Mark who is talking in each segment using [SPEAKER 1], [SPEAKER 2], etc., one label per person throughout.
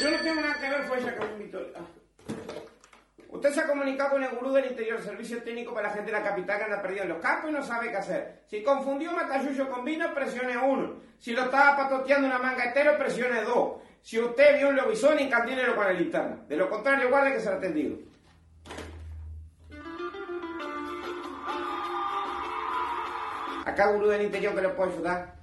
[SPEAKER 1] Yo no tengo nada que ver, fue ella que me invitó. Ah. Usted se ha comunicado con el gurú del interior, servicio técnico para la gente de la capital que anda perdido en los campos y no sabe qué hacer. Si confundió matayuyo con vino, presione uno. Si lo estaba patoteando una manga entero, presione dos. Si usted vio un lobizón, incandilero con la linterna. De lo contrario, guarde que será atendido. Acá, gurú del interior, que le puedo ayudar.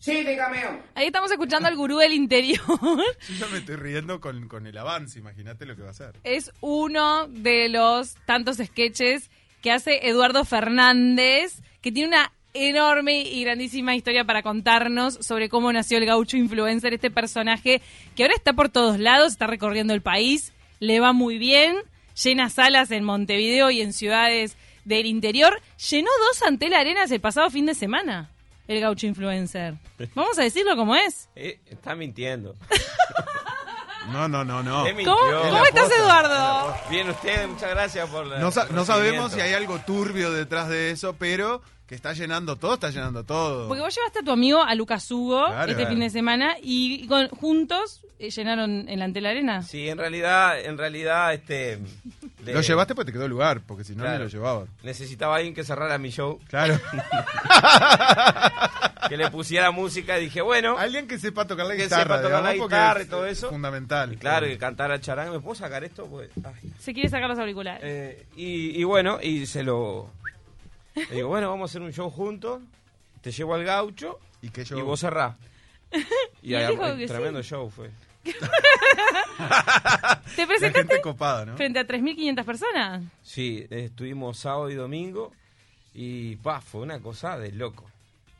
[SPEAKER 1] Sí, dígame.
[SPEAKER 2] Ahí estamos escuchando al gurú del interior.
[SPEAKER 3] Yo ya me estoy riendo con, con el avance, imagínate lo que va a hacer.
[SPEAKER 2] Es uno de los tantos sketches que hace Eduardo Fernández, que tiene una enorme y grandísima historia para contarnos sobre cómo nació el gaucho influencer, este personaje que ahora está por todos lados, está recorriendo el país, le va muy bien, llena salas en Montevideo y en ciudades del interior, llenó dos Antel Arenas el pasado fin de semana. El gaucho influencer. Vamos a decirlo como es.
[SPEAKER 4] Eh, está mintiendo.
[SPEAKER 3] No, no, no, no.
[SPEAKER 4] Usted mintió.
[SPEAKER 2] ¿Cómo,
[SPEAKER 4] Es
[SPEAKER 2] cómo
[SPEAKER 4] la
[SPEAKER 2] estás,
[SPEAKER 4] posta.
[SPEAKER 2] Eduardo?
[SPEAKER 4] Bien, ustedes, muchas gracias por la.
[SPEAKER 3] No, sa- no
[SPEAKER 4] el
[SPEAKER 3] sabemos si
[SPEAKER 4] recibimiento.
[SPEAKER 3] hay algo turbio detrás de eso, pero que está llenando todo, está llenando todo.
[SPEAKER 2] Porque vos llevaste a tu amigo, a Lucas Hugo,
[SPEAKER 3] Claro.
[SPEAKER 2] este fin de semana, y con- juntos eh, llenaron el Antel Arena.
[SPEAKER 4] Sí, en realidad, en realidad, este. le-
[SPEAKER 3] Lo llevaste porque te quedó lugar, porque si no,
[SPEAKER 4] Claro.
[SPEAKER 3] no lo llevabas.
[SPEAKER 4] Necesitaba alguien que cerrara mi show,
[SPEAKER 3] Claro.
[SPEAKER 4] que le pusiera música. Dije, bueno,
[SPEAKER 3] Alguien que sepa tocar la
[SPEAKER 4] Que
[SPEAKER 3] guitarra.
[SPEAKER 4] sepa tocar la
[SPEAKER 3] digamos, porque
[SPEAKER 4] guitarra y
[SPEAKER 3] es
[SPEAKER 4] todo eso.
[SPEAKER 3] Fundamental.
[SPEAKER 4] y claro, que cantara charanga. ¿Me puedo sacar esto? Pues, ay.
[SPEAKER 2] Se quiere sacar los auriculares.
[SPEAKER 4] Eh, y, y bueno, y se lo. Le digo, bueno, vamos a hacer un show juntos. Te llevo al gaucho
[SPEAKER 3] Y que yo.
[SPEAKER 4] y vos cerrás.
[SPEAKER 2] Y él
[SPEAKER 4] ahí-
[SPEAKER 2] dijo que
[SPEAKER 4] tremendo show fue.
[SPEAKER 2] Te
[SPEAKER 3] la gente
[SPEAKER 2] presentaste
[SPEAKER 3] copada, ¿no?
[SPEAKER 2] frente a 3.500 personas.
[SPEAKER 4] Sí, eh, estuvimos sábado y domingo y pa, fue una cosa de loco.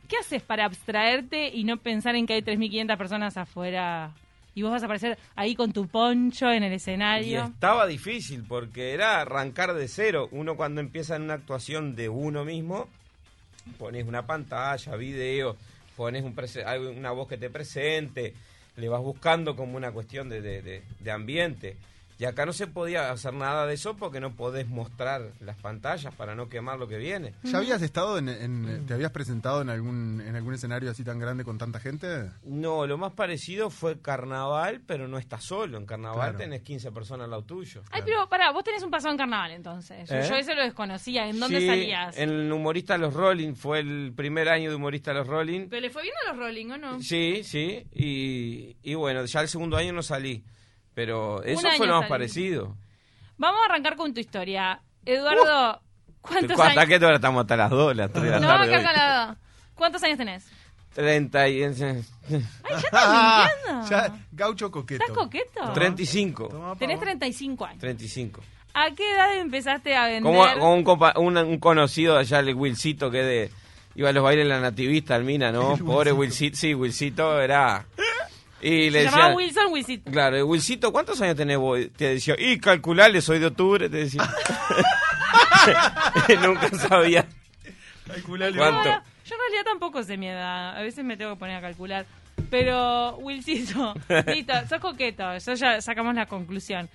[SPEAKER 2] ¿Qué haces para abstraerte y no pensar en que hay 3.500 personas afuera? Y vos vas a aparecer ahí con tu poncho en el
[SPEAKER 4] Y
[SPEAKER 2] escenario.
[SPEAKER 4] estaba difícil porque era arrancar de cero. Uno cuando empieza en una actuación de uno mismo, pones una pantalla, video, pones un prese- algo- una voz que te presente, le vas buscando como una cuestión de, de- de- de ambiente. Y acá no se podía hacer nada de eso porque no podés mostrar las pantallas para no quemar lo que viene.
[SPEAKER 3] ¿Ya habías estado en, en- te habías presentado en algún en algún escenario así tan grande con tanta gente?
[SPEAKER 4] No, lo más parecido fue carnaval, pero no estás solo. En carnaval
[SPEAKER 3] Claro.
[SPEAKER 4] tenés 15 personas al lado tuyo.
[SPEAKER 2] Ay, pero pará, vos tenés un pasado en carnaval entonces. Yo-
[SPEAKER 4] ¿Eh?
[SPEAKER 2] Yo eso lo desconocía. ¿En dónde
[SPEAKER 4] Sí,
[SPEAKER 2] salías?
[SPEAKER 4] En Humorista Los Rolling, fue el primer año de Humorista Los Rolling.
[SPEAKER 2] Pero le fue bien a los Rolling, ¿o no?
[SPEAKER 4] Sí, sí, y, y bueno, ya el segundo año no salí. Pero eso
[SPEAKER 2] año
[SPEAKER 4] fue lo más
[SPEAKER 2] salí.
[SPEAKER 4] parecido.
[SPEAKER 2] Vamos a arrancar con tu historia. Eduardo, ¿cuántos
[SPEAKER 4] ¿Hasta
[SPEAKER 2] años?
[SPEAKER 4] qué hora estamos? Hasta las 2, las 3 de la
[SPEAKER 2] No,
[SPEAKER 4] tarde.
[SPEAKER 2] acá
[SPEAKER 4] hoy.
[SPEAKER 2] calado. ¿Cuántos años tenés?
[SPEAKER 4] 30 y...
[SPEAKER 3] Ah,
[SPEAKER 2] mintiendo.
[SPEAKER 3] ya, gaucho coqueto.
[SPEAKER 2] ¿Estás coqueto?
[SPEAKER 4] 35.
[SPEAKER 3] Toma, pa,
[SPEAKER 2] Tenés
[SPEAKER 3] vos.
[SPEAKER 2] 35 años.
[SPEAKER 4] 35.
[SPEAKER 2] ¿A qué edad empezaste a vender?
[SPEAKER 4] Como, como un, compa- un, un conocido allá, el Wilcito, que de, iba a los bailes de la nativista, al Mina, ¿no? Pobre Wilcito. Sí, Wilcito era... Y
[SPEAKER 2] Se
[SPEAKER 4] le
[SPEAKER 2] llamaba
[SPEAKER 4] decía-
[SPEAKER 2] Wilson Wilson.
[SPEAKER 4] Claro, y Wilcito, ¿cuántos años tenés vos? Te decía, y calculale, soy de octubre, te decía. Nunca sabía
[SPEAKER 3] Calculale.
[SPEAKER 4] cuánto.
[SPEAKER 2] Ahora, yo en realidad tampoco sé mi edad. A veces me tengo que poner a calcular. Pero, Wilcito, listo, sos coqueto. Eso ya sacamos la conclusión.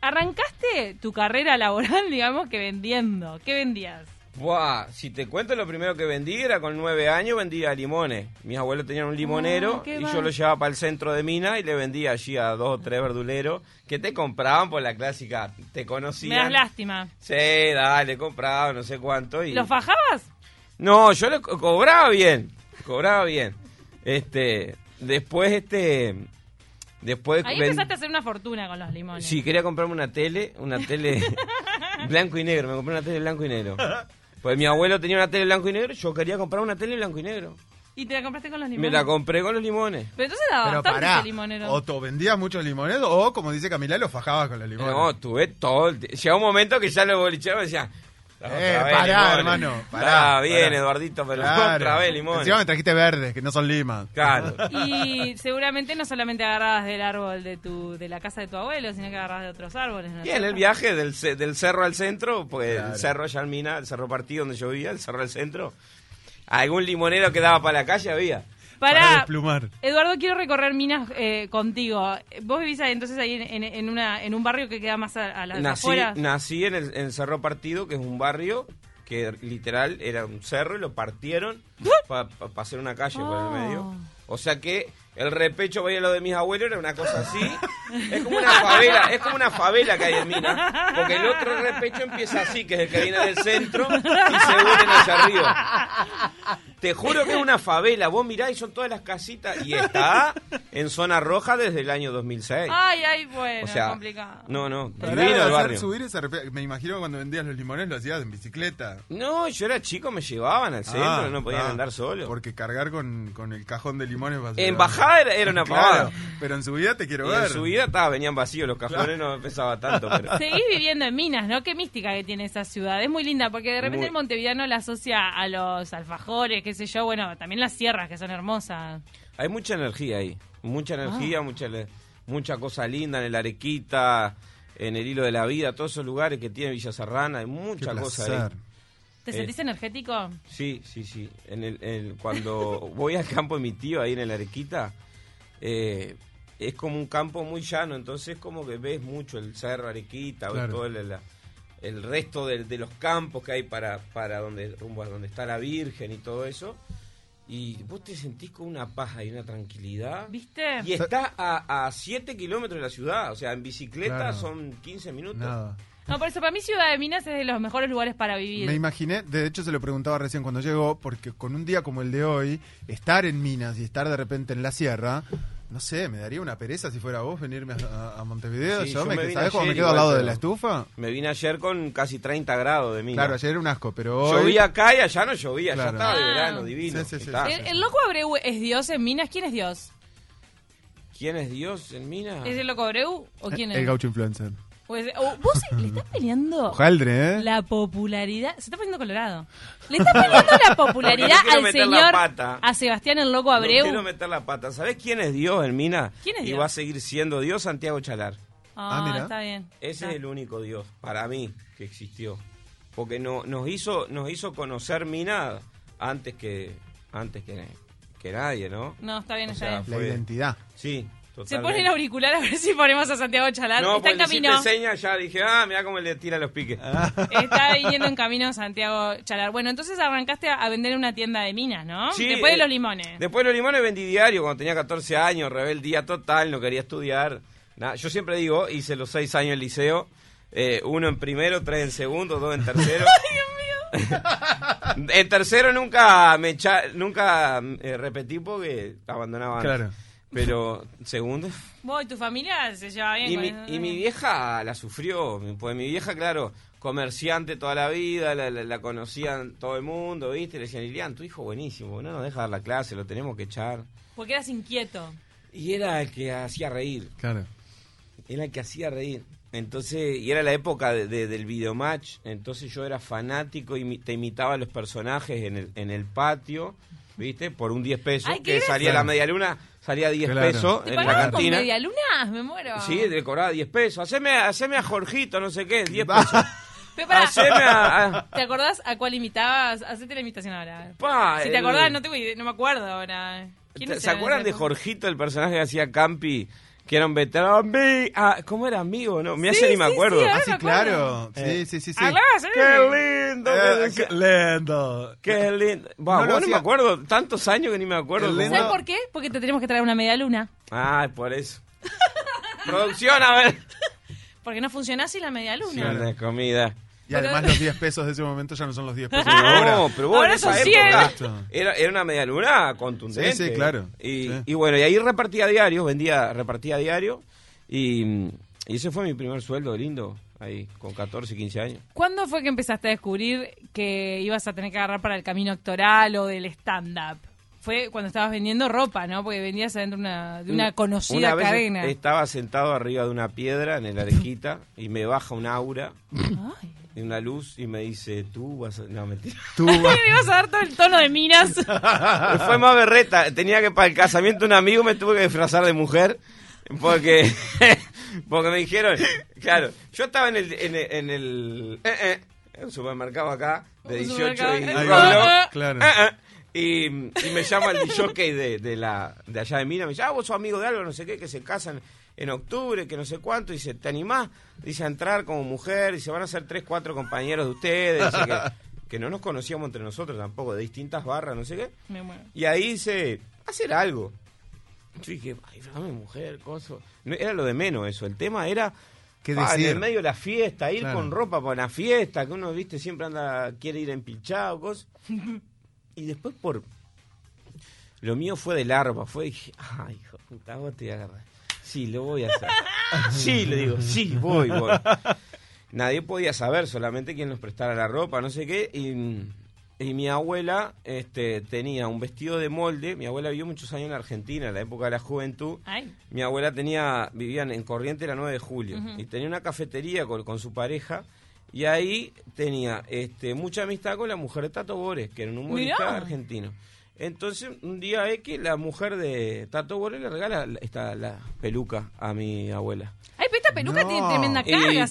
[SPEAKER 2] Arrancaste tu carrera laboral, digamos, que vendiendo. ¿Qué vendías?
[SPEAKER 4] Buah, si te cuento lo primero que vendí era con nueve años vendía limones. Mis abuelos tenían un limonero
[SPEAKER 2] Ah, qué
[SPEAKER 4] y
[SPEAKER 2] va.
[SPEAKER 4] yo lo llevaba para el centro de mina y le vendía allí a dos o tres verduleros que te compraban por la clásica, te
[SPEAKER 2] Me das
[SPEAKER 4] conocían.
[SPEAKER 2] lástima.
[SPEAKER 4] Sí, dale, compraba, no sé cuánto. Y...
[SPEAKER 2] ¿Los fajabas?
[SPEAKER 4] No, yo le co- cobraba bien, cobraba bien. Este, después este, después
[SPEAKER 2] Ahí
[SPEAKER 4] Eh, ven-
[SPEAKER 2] empezaste a hacer una fortuna con los limones.
[SPEAKER 4] Sí, quería comprarme una tele, una tele blanco y negro. Me compré una tele blanco y negro. Pues mi abuelo tenía una tele blanco y negro, yo quería comprar una tele blanco y negro.
[SPEAKER 2] Y te la compraste con los
[SPEAKER 4] Y
[SPEAKER 2] limones.
[SPEAKER 4] Me la compré con los limones.
[SPEAKER 2] Pero entonces daba
[SPEAKER 3] Pero
[SPEAKER 2] bastante
[SPEAKER 3] pará,
[SPEAKER 2] ese Ah, limonero.
[SPEAKER 3] o to- vendías muchos limones o, como dice Camila, los fajabas con los limones.
[SPEAKER 4] No, tuve todo. el ti- Llegó un momento que ya los bolicheros decían. "La
[SPEAKER 3] Eh,
[SPEAKER 4] otra vez
[SPEAKER 3] pará,
[SPEAKER 4] limones".
[SPEAKER 3] hermano, pará,
[SPEAKER 4] Está bien,
[SPEAKER 3] pará.
[SPEAKER 4] Eduardito, pero
[SPEAKER 3] Claro.
[SPEAKER 4] otra vez limones.
[SPEAKER 3] Encima me trajiste verdes, que no son limas.
[SPEAKER 4] Claro.
[SPEAKER 2] Y seguramente no solamente agarrabas del árbol de tu de la casa de tu abuelo, sino que agarrabas de otros árboles. ¿no?
[SPEAKER 4] Y en el viaje del, ce- del cerro al centro, pues
[SPEAKER 3] Claro.
[SPEAKER 4] el cerro Yalmina, el cerro Partido donde yo vivía, el cerro al centro, algún limonero que daba para la calle había.
[SPEAKER 3] Para
[SPEAKER 2] Pará,
[SPEAKER 3] desplumar.
[SPEAKER 2] Eduardo, quiero recorrer minas eh, contigo. Vos vivís ahí, entonces ahí en, en- en una, en un barrio que queda más a, a las
[SPEAKER 4] Nací,
[SPEAKER 2] afueras.
[SPEAKER 4] nací en el en Cerro Partido, que es un barrio que literal era un cerro y lo partieron para hacer una calle por el
[SPEAKER 2] Ah.
[SPEAKER 4] medio. O sea que El repecho veía lo de mis abuelos, era una cosa así. Es como una favela, es como una favela que hay en Minas. Porque el otro repecho empieza así, que es el que viene del centro y se vuelven hacia arriba. Te juro que es una favela. Vos mirá y son todas las casitas. Y está en zona roja desde el año 2006.
[SPEAKER 2] Ay, ay, Ah, bueno,
[SPEAKER 4] o sea,
[SPEAKER 2] complicado.
[SPEAKER 4] no, no,
[SPEAKER 3] Pará
[SPEAKER 4] divino
[SPEAKER 3] de
[SPEAKER 4] el
[SPEAKER 3] hacer
[SPEAKER 4] barrio.
[SPEAKER 3] subir esa repe- Me imagino que cuando vendías los limones lo hacías en bicicleta.
[SPEAKER 4] No, yo era chico, me llevaban al centro,
[SPEAKER 3] Ah,
[SPEAKER 4] no podían
[SPEAKER 3] ah,
[SPEAKER 4] andar solo.
[SPEAKER 3] Porque cargar con, con el cajón de limones va a ser-
[SPEAKER 4] En bajada era, era una pavada.
[SPEAKER 3] Claro, pero en subida te quiero
[SPEAKER 4] Y
[SPEAKER 3] ver.
[SPEAKER 4] en su vida ta, venían vacíos los cajones, no pesaba tanto. Pero...
[SPEAKER 2] Seguís viviendo en Minas, ¿no? Qué mística que tiene esa ciudad. Es muy linda porque de repente
[SPEAKER 4] Muy.
[SPEAKER 2] el montevideano la asocia a los alfajores, qué sé yo. Bueno, también las sierras que son hermosas.
[SPEAKER 4] Hay mucha energía ahí, mucha energía, mucha, le- mucha cosa linda en el Arequita, en el Hilo de la Vida, todos esos lugares que tiene Villa Serrana, hay
[SPEAKER 3] Qué
[SPEAKER 4] mucha cosa ahí.
[SPEAKER 3] placer.
[SPEAKER 2] ¿Te
[SPEAKER 4] Eh.
[SPEAKER 2] sentís energético?
[SPEAKER 4] Sí, sí, sí. En el, en- cuando voy al campo de mi tío ahí en el Arequita, eh, es como un campo muy llano, entonces como que ves mucho el cerro Arequita, ves
[SPEAKER 3] Claro.
[SPEAKER 4] todo el, el- el resto del- de, los campos que hay para, para donde, rumbo a donde está la Virgen y todo eso. Y vos te sentís con una paja y una tranquilidad.
[SPEAKER 2] ¿Viste?
[SPEAKER 4] Y está a, a 7 kilómetros de la ciudad, o sea, en bicicleta
[SPEAKER 3] Claro.
[SPEAKER 4] son 15 minutos.
[SPEAKER 3] Nada.
[SPEAKER 2] No, por eso para mí Ciudad de Minas es de los mejores lugares para vivir.
[SPEAKER 3] Me imaginé, de hecho se lo preguntaba recién cuando llegó, porque con un día como el de hoy, estar en Minas y estar de repente en la sierra, no sé, me daría una pereza si fuera vos venirme a, a- a Montevideo.
[SPEAKER 4] Sí,
[SPEAKER 3] yo
[SPEAKER 4] yo
[SPEAKER 3] me,
[SPEAKER 4] me vine
[SPEAKER 3] ¿Sabés cómo
[SPEAKER 4] ayer
[SPEAKER 3] me quedo al
[SPEAKER 4] igual,
[SPEAKER 3] lado de
[SPEAKER 4] pero-
[SPEAKER 3] la estufa?
[SPEAKER 4] Me vine ayer con casi 30 grados de mina.
[SPEAKER 3] Claro, ayer era un asco, pero hoy...
[SPEAKER 4] Llovía acá y allá no llovía,
[SPEAKER 3] Claro.
[SPEAKER 4] ya estaba de
[SPEAKER 2] Ah.
[SPEAKER 4] verano, divino.
[SPEAKER 3] Sí, sí, sí,
[SPEAKER 4] está.
[SPEAKER 3] sí,
[SPEAKER 2] ¿El, el loco Abreu es Dios en Minas? ¿Quién es Dios?
[SPEAKER 4] ¿Quién es Dios en Minas?
[SPEAKER 2] ¿Es el loco Abreu o quién es?
[SPEAKER 3] Ah. Eh, El gaucho influencer.
[SPEAKER 2] O es- o- ¿Vos se- le estás peleando
[SPEAKER 3] Ojaldre, ¿eh?
[SPEAKER 2] Oh. la popularidad? Se está poniendo colorado. Le está peleando la popularidad
[SPEAKER 4] Porque no quiero
[SPEAKER 2] al
[SPEAKER 4] meter la
[SPEAKER 2] señor,
[SPEAKER 4] pata.
[SPEAKER 2] a Sebastián el loco
[SPEAKER 4] No
[SPEAKER 2] Abreu.
[SPEAKER 4] quiero meter la pata. ¿Sabés quién es Dios en Minas?
[SPEAKER 2] ¿Quién es
[SPEAKER 4] y
[SPEAKER 2] Dios?
[SPEAKER 4] va a seguir siendo Dios Santiago Chalar.
[SPEAKER 2] Ah,
[SPEAKER 3] Ah, mira.
[SPEAKER 2] está bien.
[SPEAKER 4] Ese
[SPEAKER 2] Está.
[SPEAKER 4] es el único Dios, para mí, que existió. Porque no, nos, hizo, nos hizo conocer Minas antes que, antes que, que nadie, ¿no?
[SPEAKER 2] No, está bien,
[SPEAKER 4] O
[SPEAKER 2] está
[SPEAKER 4] sea,
[SPEAKER 2] bien.
[SPEAKER 3] La
[SPEAKER 4] fue-
[SPEAKER 3] identidad.
[SPEAKER 4] Sí, totalmente.
[SPEAKER 2] Mm. Se pone el auricular a ver si ponemos a Santiago Chalar.
[SPEAKER 4] No, pues,
[SPEAKER 2] está
[SPEAKER 4] porque
[SPEAKER 2] en
[SPEAKER 4] le hiciste
[SPEAKER 2] camino.
[SPEAKER 4] seña, ya dije, ah, mira cómo le tira los piques.
[SPEAKER 3] Ah.
[SPEAKER 2] Está viniendo en camino Santiago Chalar. Bueno, entonces arrancaste a a vender en una tienda de minas, ¿no?
[SPEAKER 4] Sí,
[SPEAKER 2] Después de
[SPEAKER 4] eh,
[SPEAKER 2] los limones.
[SPEAKER 4] Después de los limones vendí diario cuando tenía 14 años, rebeldía total, no quería estudiar. Nada, yo siempre digo, hice los 6 años en liceo, eh, uno en primero, tres en segundo, dos en tercero. en tercero nunca me echa- nunca eh, repetí porque abandonaba antes.
[SPEAKER 3] Claro.
[SPEAKER 4] Pero segundo.
[SPEAKER 2] Vos y tu familia se lleva bien. Eh,
[SPEAKER 4] Y
[SPEAKER 2] con
[SPEAKER 4] mi,
[SPEAKER 2] eso,
[SPEAKER 4] y mi
[SPEAKER 2] ¿no?
[SPEAKER 4] vieja la sufrió, pues mi vieja, claro, comerciante toda la vida, la, la- la conocían todo el mundo, ¿viste? Le decían, Lilian, tu hijo buenísimo, no nos deja dar la clase, lo tenemos que echar.
[SPEAKER 2] Porque eras inquieto.
[SPEAKER 4] Y era el que hacía reír,
[SPEAKER 3] Claro.
[SPEAKER 4] era el que hacía reír. Entonces, y era la época de- de- del videomatch, entonces yo era fanático y mi- te imitaba a los personajes en el, en el patio, ¿viste? Por un 10 pesos,
[SPEAKER 2] Ay, qué
[SPEAKER 4] que
[SPEAKER 2] gracia.
[SPEAKER 4] salía la media luna, salía 10
[SPEAKER 3] Claro.
[SPEAKER 4] pesos
[SPEAKER 2] ¿Te
[SPEAKER 4] en la
[SPEAKER 2] pagaban con
[SPEAKER 4] cantina.
[SPEAKER 2] medialunas? Me muero.
[SPEAKER 4] Sí, le cobraba 10 pesos. Haceme, haceme a Jorgito, no sé qué, 10 pesos.
[SPEAKER 2] Pero pará,
[SPEAKER 4] Haceme a... a-
[SPEAKER 2] ¿Te acordás a cuál imitabas? Hacete la imitación ahora.
[SPEAKER 4] pa,
[SPEAKER 2] si te
[SPEAKER 4] el-
[SPEAKER 2] acordás, no, tengo idea, no me acuerdo ahora. ¿Quién
[SPEAKER 4] ¿Se
[SPEAKER 2] era
[SPEAKER 4] acuerdan
[SPEAKER 2] ese?
[SPEAKER 4] de Jorgito, el personaje que hacía Campi? Que era un veterano. Ami- ah, ¿Cómo era amigo? No, me
[SPEAKER 2] Sí,
[SPEAKER 4] hace ni me
[SPEAKER 2] sí,
[SPEAKER 4] acuerdo.
[SPEAKER 2] sí, ahora
[SPEAKER 3] Ah, sí,
[SPEAKER 2] me acuerdo.
[SPEAKER 3] claro. Sí, sí, sí, sí.
[SPEAKER 2] Aló, Ah, sí.
[SPEAKER 4] Eh, ¡Qué lindo!
[SPEAKER 3] Eh,
[SPEAKER 4] que decía.
[SPEAKER 3] qué lindo.
[SPEAKER 4] ¡Qué lindo! Bah,
[SPEAKER 3] No lo
[SPEAKER 4] bueno, no
[SPEAKER 3] hacía.
[SPEAKER 4] me acuerdo. Tantos años que ni me acuerdo.
[SPEAKER 3] El
[SPEAKER 4] cómo
[SPEAKER 3] lindo-
[SPEAKER 2] ¿Sabes
[SPEAKER 4] era.
[SPEAKER 2] por qué? Porque te tenemos que traer una medialuna.
[SPEAKER 4] Ay, por eso. Producción, a ver.
[SPEAKER 2] Porque no funcionás sin la medialuna.
[SPEAKER 4] Una comida.
[SPEAKER 3] Y además los 10 pesos de ese momento ya no son los 10 pesos de ahora.
[SPEAKER 4] No, pero vos
[SPEAKER 2] Ahora
[SPEAKER 4] en esa
[SPEAKER 2] son
[SPEAKER 4] época
[SPEAKER 3] cien.
[SPEAKER 4] era, era una media luna contundente.
[SPEAKER 3] Sí, sí, claro.
[SPEAKER 4] Y,
[SPEAKER 3] Sí.
[SPEAKER 4] y bueno, y ahí repartía diario, vendía, repartía diario. Y, y ese fue mi primer sueldo lindo, ahí, con 14, 15 años.
[SPEAKER 2] ¿Cuándo fue que empezaste a descubrir que ibas a tener que agarrar para el camino actoral o del stand-up? Fue cuando estabas vendiendo ropa, ¿no? Porque vendías adentro una, de una conocida
[SPEAKER 4] Una vez
[SPEAKER 2] cadena.
[SPEAKER 4] Estaba sentado arriba de una piedra en el Arequita y me baja un aura
[SPEAKER 2] Ay.
[SPEAKER 4] y una luz y me dice, tú vas a... No, mentira.
[SPEAKER 3] Tú,
[SPEAKER 2] Le ibas a dar todo el tono de minas.
[SPEAKER 4] Fue más berreta. Tenía que para el casamiento de un amigo me tuve que disfrazar de mujer. Porque, porque me dijeron, claro, yo estaba en el, en el, en el- eh, eh, en un supermercado acá, de
[SPEAKER 2] Un
[SPEAKER 4] 18 y
[SPEAKER 2] supermercado.
[SPEAKER 3] Ahí
[SPEAKER 4] Roblo,
[SPEAKER 3] va. Claro.
[SPEAKER 4] eh, eh, y, y me llama el jockey de, de la, de allá de Mina, me dice, ah, vos sos amigo de algo, no sé qué, que se casan en octubre, que no sé cuánto, y dice, ¿te animás? Dice, a entrar como mujer, y se van a hacer tres, cuatro compañeros de ustedes, dice que, que no nos conocíamos entre nosotros tampoco, de distintas barras, no sé qué.
[SPEAKER 2] Me muero.
[SPEAKER 4] Y ahí dice, hacer algo. Yo dije, ay, dame mujer, coso. No, era lo de menos eso. El tema era.
[SPEAKER 3] ¿Qué
[SPEAKER 4] ah, en
[SPEAKER 3] decir?
[SPEAKER 4] el medio de la fiesta, ir
[SPEAKER 3] Claro.
[SPEAKER 4] con ropa para la fiesta, que uno, viste, siempre anda, quiere ir empilchado, cosas. Y después por. Lo mío fue de larva, fue dije, ay, hijo de puta, vos te voy a agarrar. Sí, lo voy a hacer. Sí, le digo, sí, voy, voy. Nadie podía saber, solamente quien nos prestara la ropa, no sé qué. Y, y mi abuela este, tenía un vestido de molde. Mi abuela vivió muchos años en Argentina, en la época de la juventud.
[SPEAKER 2] Ay,
[SPEAKER 4] Mi abuela tenía, vivían en Corriente la 9 de julio y tenía una cafetería con, con su pareja y ahí tenía este, mucha amistad con la mujer de Tato Bores, que era un humorista
[SPEAKER 2] Mirá.
[SPEAKER 4] argentino. Entonces, un día X, la mujer de Tato Bores le regala la- esta, la peluca a mi abuela.
[SPEAKER 2] Ay, pero esta peluca
[SPEAKER 3] No.
[SPEAKER 2] tiene tremenda
[SPEAKER 4] Y
[SPEAKER 2] carga,
[SPEAKER 4] quedó,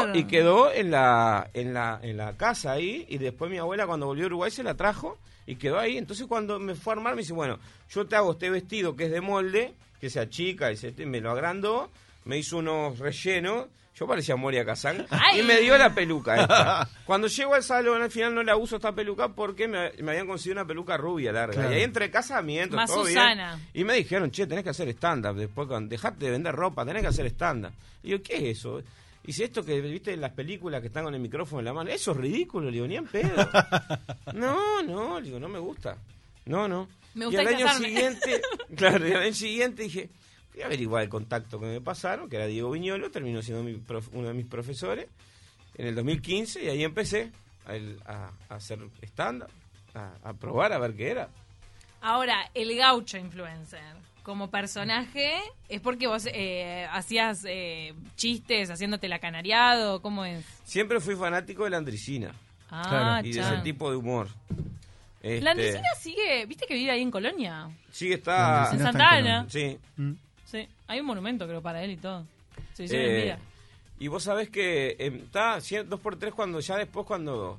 [SPEAKER 2] señor.
[SPEAKER 4] y quedó en la, en la, en la casa ahí, y después mi abuela cuando volvió a Uruguay se la trajo y quedó ahí. Entonces cuando me fue a armar me dice, bueno, yo te hago este vestido que es de molde, que se achica, y se- me lo agrandó, me hizo unos rellenos, yo parecía Moria Kazán,
[SPEAKER 2] Ay.
[SPEAKER 4] y me dio la peluca. esta. Cuando llego al salón, al final no la uso esta peluca porque me, me habían conseguido una peluca rubia larga.
[SPEAKER 3] Claro.
[SPEAKER 4] Y ahí entre casamientos,
[SPEAKER 2] Más
[SPEAKER 4] todo bien.
[SPEAKER 2] Susana.
[SPEAKER 4] Y me dijeron, che, tenés que hacer stand-up. Después, cuando dejate de vender ropa, tenés que hacer stand-up. Y yo, ¿qué es eso? Dice esto que viste en las películas que están con el micrófono en la mano. Eso es ridículo, le digo, ni en pedo. no, no, le digo, no me gusta. No, no.
[SPEAKER 2] Me
[SPEAKER 4] y
[SPEAKER 2] gusta
[SPEAKER 4] al año
[SPEAKER 2] casarme.
[SPEAKER 4] siguiente, claro, y al año siguiente dije, voy a averiguar el contacto que me pasaron, que era Diego Viñolo, terminó siendo mi prof- uno de mis profesores en el 2015 y ahí empecé a, el- a- a hacer stand-up, a- a probar a ver qué era.
[SPEAKER 2] Ahora, el gaucho influencer. Como personaje, ¿es porque vos eh, hacías eh, chistes haciéndote la canariado? ¿Cómo es?
[SPEAKER 4] Siempre fui fanático de la andricina
[SPEAKER 2] Ah,
[SPEAKER 4] y de
[SPEAKER 2] chan.
[SPEAKER 4] ese tipo de humor. Este,
[SPEAKER 2] La Andresina sigue, ¿viste que vive ahí en Colonia?
[SPEAKER 4] Sí,
[SPEAKER 3] La
[SPEAKER 4] está.
[SPEAKER 2] en
[SPEAKER 3] Andresina
[SPEAKER 2] Santa
[SPEAKER 3] está en
[SPEAKER 2] Ana.
[SPEAKER 4] Sí.
[SPEAKER 3] Mm.
[SPEAKER 2] Sí, hay un monumento creo para él y todo. Se hicieron en
[SPEAKER 4] Eh,
[SPEAKER 2] vida.
[SPEAKER 4] y vos sabés que em, está 2 por 3 cuando ya después, cuando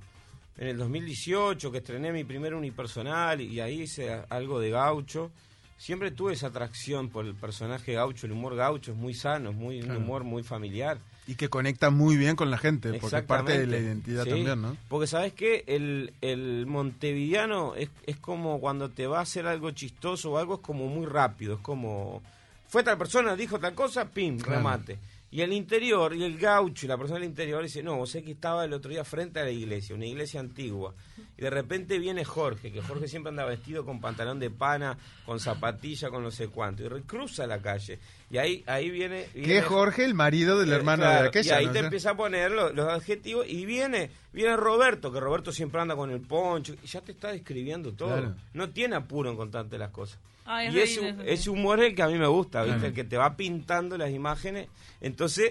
[SPEAKER 4] en el 2018 que estrené mi primer unipersonal y ahí hice a- algo de gaucho, siempre tuve esa atracción por el personaje gaucho, el humor gaucho es muy sano, es muy, un humor muy familiar.
[SPEAKER 3] Y que conecta muy bien con la gente, porque es parte de la
[SPEAKER 4] Exactamente.
[SPEAKER 3] identidad
[SPEAKER 4] Sí,
[SPEAKER 3] también, ¿no?
[SPEAKER 4] Porque sabes que el, el montevideano es, es como cuando te va a hacer algo chistoso o algo, es como muy rápido, es como fue tal persona, dijo tal cosa, pim,
[SPEAKER 3] Claro.
[SPEAKER 4] remate. Y el interior, y el gaucho, y la persona del interior dice, no, vos sé que estaba el otro día frente a la iglesia, una iglesia antigua. Y de repente viene Jorge, que Jorge siempre anda vestido con pantalón de pana, con zapatilla, con no sé cuánto, y re- cruza la calle. Y ahí, ahí viene...
[SPEAKER 3] Que
[SPEAKER 4] viene
[SPEAKER 3] es Jorge, el marido del
[SPEAKER 4] eh,
[SPEAKER 3] hermano
[SPEAKER 4] claro,
[SPEAKER 3] de aquella.
[SPEAKER 4] Y ahí
[SPEAKER 3] ¿no?
[SPEAKER 4] te
[SPEAKER 3] O sea,
[SPEAKER 4] empieza a poner lo- los, adjetivos y viene, viene Roberto, que Roberto siempre anda con el poncho, y ya te está describiendo todo.
[SPEAKER 3] Claro.
[SPEAKER 4] No tiene apuro en contarte las cosas.
[SPEAKER 2] Ay, es
[SPEAKER 4] y
[SPEAKER 2] re
[SPEAKER 4] ese,
[SPEAKER 2] lindo eso, sí.
[SPEAKER 4] ese humor es el que a mí me gusta, ¿viste?
[SPEAKER 3] Claro.
[SPEAKER 4] el que te va pintando las imágenes. Entonces,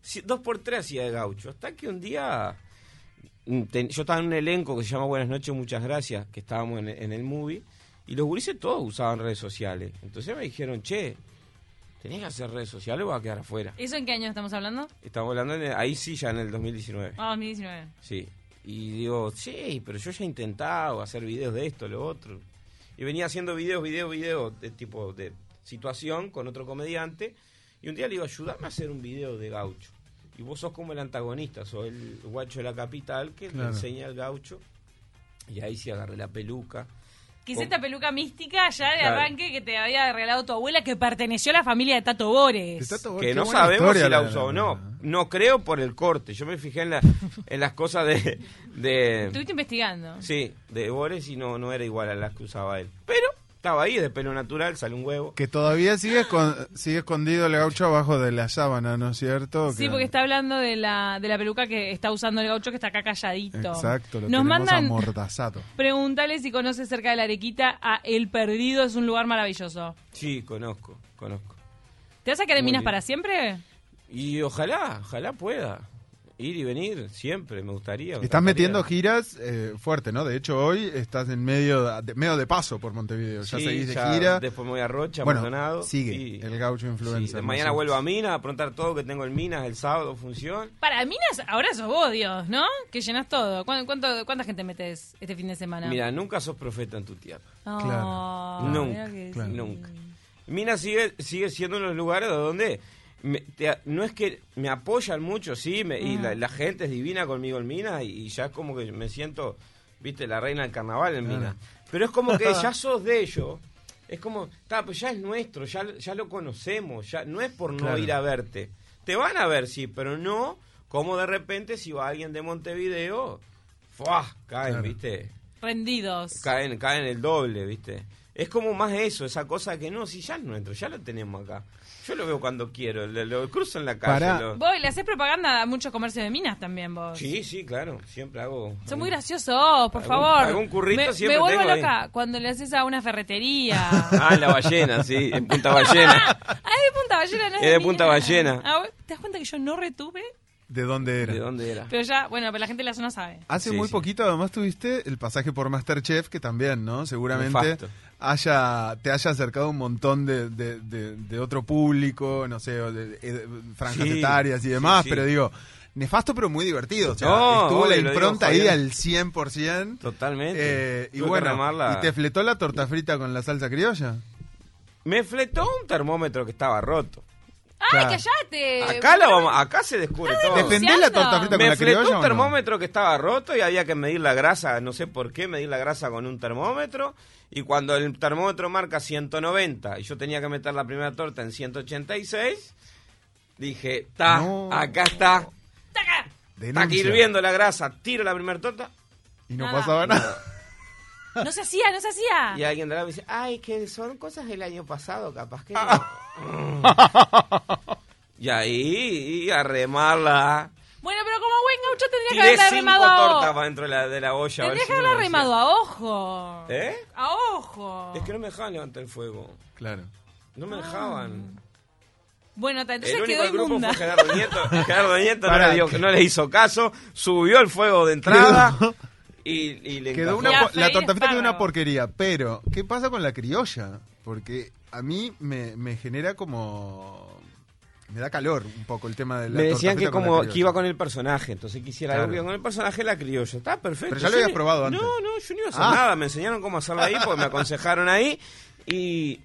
[SPEAKER 4] si- dos por tres hacía de gaucho. Hasta que un día... mm, ten- yo estaba en un elenco que se llama Buenas noches, muchas gracias, que estábamos en, en el movie, y los gurises todos usaban redes sociales. Entonces me dijeron, che, tenés que hacer redes sociales o vas a quedar afuera.
[SPEAKER 2] ¿Eso en qué año estamos hablando?
[SPEAKER 4] Estamos hablando en el- ahí sí ya en el 2019.
[SPEAKER 2] Ah, 2019.
[SPEAKER 4] Sí. Y digo, sí, pero yo ya he intentado hacer videos de esto, lo otro. Y venía haciendo videos, videos, videos de tipo de situación con otro comediante. Y un día le digo, ayúdame a hacer un video de gaucho. Y vos sos como el antagonista, sos el guacho de la capital que
[SPEAKER 3] Claro.
[SPEAKER 4] le enseña al gaucho. Y ahí sí agarré la peluca.
[SPEAKER 2] Que es
[SPEAKER 4] Con-
[SPEAKER 2] esta peluca mística ya de
[SPEAKER 4] Claro.
[SPEAKER 2] arranque que te había regalado tu abuela que perteneció a la familia de Tato Bores.
[SPEAKER 3] está todo-
[SPEAKER 4] que
[SPEAKER 3] Oh, qué
[SPEAKER 4] no
[SPEAKER 3] buena
[SPEAKER 4] sabemos
[SPEAKER 3] historia
[SPEAKER 4] si la usó o no. No creo por el corte. Yo me fijé en, la- en las cosas de- de,
[SPEAKER 2] Estuviste investigando.
[SPEAKER 4] Sí, de Boris y no, no era igual a las que usaba él. Pero estaba ahí, de pelo natural, sale un huevo.
[SPEAKER 3] Que todavía sigue, escon- sigue escondido el gaucho abajo de la sábana, ¿no es cierto?
[SPEAKER 2] Sí,
[SPEAKER 3] Que-
[SPEAKER 2] porque está hablando de la, de la peluca que está usando el gaucho que está acá calladito.
[SPEAKER 3] Exacto, lo
[SPEAKER 2] Nos
[SPEAKER 3] tenemos
[SPEAKER 2] mandan
[SPEAKER 3] amordazado.
[SPEAKER 2] preguntarle si conoces cerca de la Arequita a El Perdido, es un lugar maravilloso.
[SPEAKER 4] Sí, conozco, conozco.
[SPEAKER 2] ¿Te vas a quedar en
[SPEAKER 4] Muy
[SPEAKER 2] Minas
[SPEAKER 4] bien.
[SPEAKER 2] para siempre?
[SPEAKER 4] Y ojalá, ojalá pueda ir y venir siempre, me gustaría. me
[SPEAKER 3] Estás
[SPEAKER 4] encantaría.
[SPEAKER 3] metiendo giras eh, fuerte, ¿no? De hecho, hoy estás en medio de, medio de paso por Montevideo. Ya
[SPEAKER 4] Sí,
[SPEAKER 3] seguís de
[SPEAKER 4] ya
[SPEAKER 3] gira.
[SPEAKER 4] Después me voy a Rocha,
[SPEAKER 3] Bueno,
[SPEAKER 4] Maldonado.
[SPEAKER 3] sigue,
[SPEAKER 4] y-
[SPEAKER 3] el gaucho influencer,
[SPEAKER 4] Sí,
[SPEAKER 3] ¿no
[SPEAKER 4] de
[SPEAKER 3] es
[SPEAKER 4] mañana
[SPEAKER 3] cierto?
[SPEAKER 4] vuelvo a Minas a aprontar todo que tengo en Minas el sábado, función.
[SPEAKER 2] Para Minas, ahora sos vos, Dios, ¿no? Que llenas todo. ¿Cuán- cuánto- ¿Cuánta gente metes este fin de semana?
[SPEAKER 4] Mira, nunca sos profeta en tu tierra.
[SPEAKER 2] Ah,
[SPEAKER 3] Claro.
[SPEAKER 2] mirá
[SPEAKER 4] Nunca,
[SPEAKER 2] que
[SPEAKER 3] claro.
[SPEAKER 2] sí.
[SPEAKER 4] nunca. Mina sigue, sigue siendo uno de los lugares donde me- te- no es que me apoyan mucho, sí, me- y
[SPEAKER 3] Mm.
[SPEAKER 4] la, la gente es divina conmigo en Mina y, y ya es como que me siento, viste, la reina del carnaval en Mina. Pero es como que ya sos de ellos. Es como, ta, pues ya es nuestro, ya, ya lo conocemos, ya no es por no
[SPEAKER 3] Claro.
[SPEAKER 4] ir a verte. Te van a ver, sí, pero no como de repente si va alguien de Montevideo, ¡fuah! caen,
[SPEAKER 3] Claro.
[SPEAKER 4] ¿viste?
[SPEAKER 2] Rendidos.
[SPEAKER 4] Caen, caen el doble, ¿viste? Es como más eso, esa cosa que no, si ya es nuestro, ya lo tenemos acá. Yo lo veo cuando quiero, lo, lo cruzo en la calle.
[SPEAKER 3] Pará.
[SPEAKER 4] lo-
[SPEAKER 2] Vos le haces propaganda a muchos comercios de minas también, vos.
[SPEAKER 4] Sí, sí, claro, siempre hago.
[SPEAKER 2] Son muy graciosos, por
[SPEAKER 4] Algún-
[SPEAKER 2] favor.
[SPEAKER 4] algún currito
[SPEAKER 2] me,
[SPEAKER 4] siempre
[SPEAKER 2] me vuelvo
[SPEAKER 4] tengo ahí.
[SPEAKER 2] loca cuando le haces a una ferretería.
[SPEAKER 4] Ah, en la ballena, sí, en Punta Ballena.
[SPEAKER 2] Ah, es de Punta Ballena, no es
[SPEAKER 4] Es de Punta
[SPEAKER 2] Minas.
[SPEAKER 4] Ballena.
[SPEAKER 2] Ah, ¿Te das cuenta que yo no retuve?
[SPEAKER 3] ¿De dónde era?
[SPEAKER 4] ¿De dónde era?
[SPEAKER 2] Pero ya, bueno, pero la gente de la zona sabe.
[SPEAKER 3] Hace
[SPEAKER 4] Sí,
[SPEAKER 3] muy
[SPEAKER 4] sí.
[SPEAKER 3] poquito además tuviste el pasaje por Masterchef, que también, ¿no? Seguramente
[SPEAKER 4] Nefasto.
[SPEAKER 3] haya, te haya acercado un montón de, de- de- de otro público, no sé, o de, de- franjas
[SPEAKER 4] Sí,
[SPEAKER 3] etarias y
[SPEAKER 4] sí,
[SPEAKER 3] demás,
[SPEAKER 4] sí.
[SPEAKER 3] pero digo, nefasto pero muy divertido. O sea,
[SPEAKER 4] No,
[SPEAKER 3] estuvo la
[SPEAKER 4] obvio, lo digo
[SPEAKER 3] impronta ahí
[SPEAKER 4] jodiendo.
[SPEAKER 3] al 100%.
[SPEAKER 4] Totalmente.
[SPEAKER 3] Eh, y
[SPEAKER 4] Tuve que
[SPEAKER 3] bueno,
[SPEAKER 4] remarla.
[SPEAKER 3] ¿y te fletó la torta frita con la salsa criolla?
[SPEAKER 4] Me fletó un termómetro que estaba roto.
[SPEAKER 2] ¡Ay,
[SPEAKER 3] Claro.
[SPEAKER 2] callate!
[SPEAKER 4] Acá, la vamos, acá se
[SPEAKER 2] Ah,
[SPEAKER 4] descubre todo.
[SPEAKER 3] ¿Defendés la torta frita con
[SPEAKER 4] Me
[SPEAKER 3] la criolla
[SPEAKER 4] fletó
[SPEAKER 3] o
[SPEAKER 4] un
[SPEAKER 3] no?
[SPEAKER 4] termómetro que estaba roto y había que medir la grasa, no sé por qué, medir la grasa con un termómetro. Y cuando el termómetro marca 190 y yo tenía que meter la primera torta en 186, dije, ta,
[SPEAKER 3] No.
[SPEAKER 4] acá está,
[SPEAKER 2] ¡Taca!
[SPEAKER 4] está aquí
[SPEAKER 3] Denuncia.
[SPEAKER 4] hirviendo la grasa, tiro la primera torta
[SPEAKER 3] Y no
[SPEAKER 2] Nada.
[SPEAKER 3] pasaba nada.
[SPEAKER 2] No se hacía, no se hacía.
[SPEAKER 4] y alguien de la me dice, ay, que son cosas del año pasado, capaz que... no".
[SPEAKER 3] Ah.
[SPEAKER 4] y ahí, y a remarla.
[SPEAKER 2] Bueno, pero como buen gaucho tendría que
[SPEAKER 4] Tiré
[SPEAKER 2] haberla
[SPEAKER 4] cinco
[SPEAKER 2] remado a
[SPEAKER 4] tortas
[SPEAKER 2] ojo.
[SPEAKER 4] para dentro de la, de la olla. a ver
[SPEAKER 2] Tendría
[SPEAKER 4] si
[SPEAKER 2] que
[SPEAKER 4] me
[SPEAKER 2] haberla
[SPEAKER 4] lo decía.
[SPEAKER 2] remado a ojo.
[SPEAKER 4] ¿Eh?
[SPEAKER 2] A ojo.
[SPEAKER 4] Es que no me dejaban levantar el fuego.
[SPEAKER 3] Claro.
[SPEAKER 4] No me dejaban.
[SPEAKER 2] Bueno, ta- Ah. entonces
[SPEAKER 4] el único
[SPEAKER 2] quedó
[SPEAKER 4] del grupo
[SPEAKER 2] inmunda.
[SPEAKER 4] fue Gerardo Nieto. Gerardo Nieto no
[SPEAKER 3] Pará,
[SPEAKER 4] le, dio-
[SPEAKER 3] que-
[SPEAKER 4] no le hizo caso, subió el fuego de entrada y, y le
[SPEAKER 3] Quedó
[SPEAKER 4] encajó.
[SPEAKER 3] una
[SPEAKER 2] Y a
[SPEAKER 3] po- la
[SPEAKER 2] freír
[SPEAKER 3] torta frita quedó una
[SPEAKER 2] espárragos.
[SPEAKER 3] porquería, pero ¿qué pasa con la criolla? Porque a mí me, me genera como... Me da calor un poco el tema de la
[SPEAKER 4] Me
[SPEAKER 3] torta
[SPEAKER 4] decían que
[SPEAKER 3] frita con la
[SPEAKER 4] como
[SPEAKER 3] criolla.
[SPEAKER 4] que iba con el personaje, entonces quisiera
[SPEAKER 3] Claro.
[SPEAKER 4] algo que iba con el personaje la criolla. Está perfecto.
[SPEAKER 3] Pero ya lo
[SPEAKER 4] Yo
[SPEAKER 3] habías
[SPEAKER 4] ni-
[SPEAKER 3] probado antes.
[SPEAKER 4] No, no, yo no iba a hacer
[SPEAKER 3] Ah.
[SPEAKER 4] nada, me enseñaron cómo hacerlo ahí porque me aconsejaron ahí y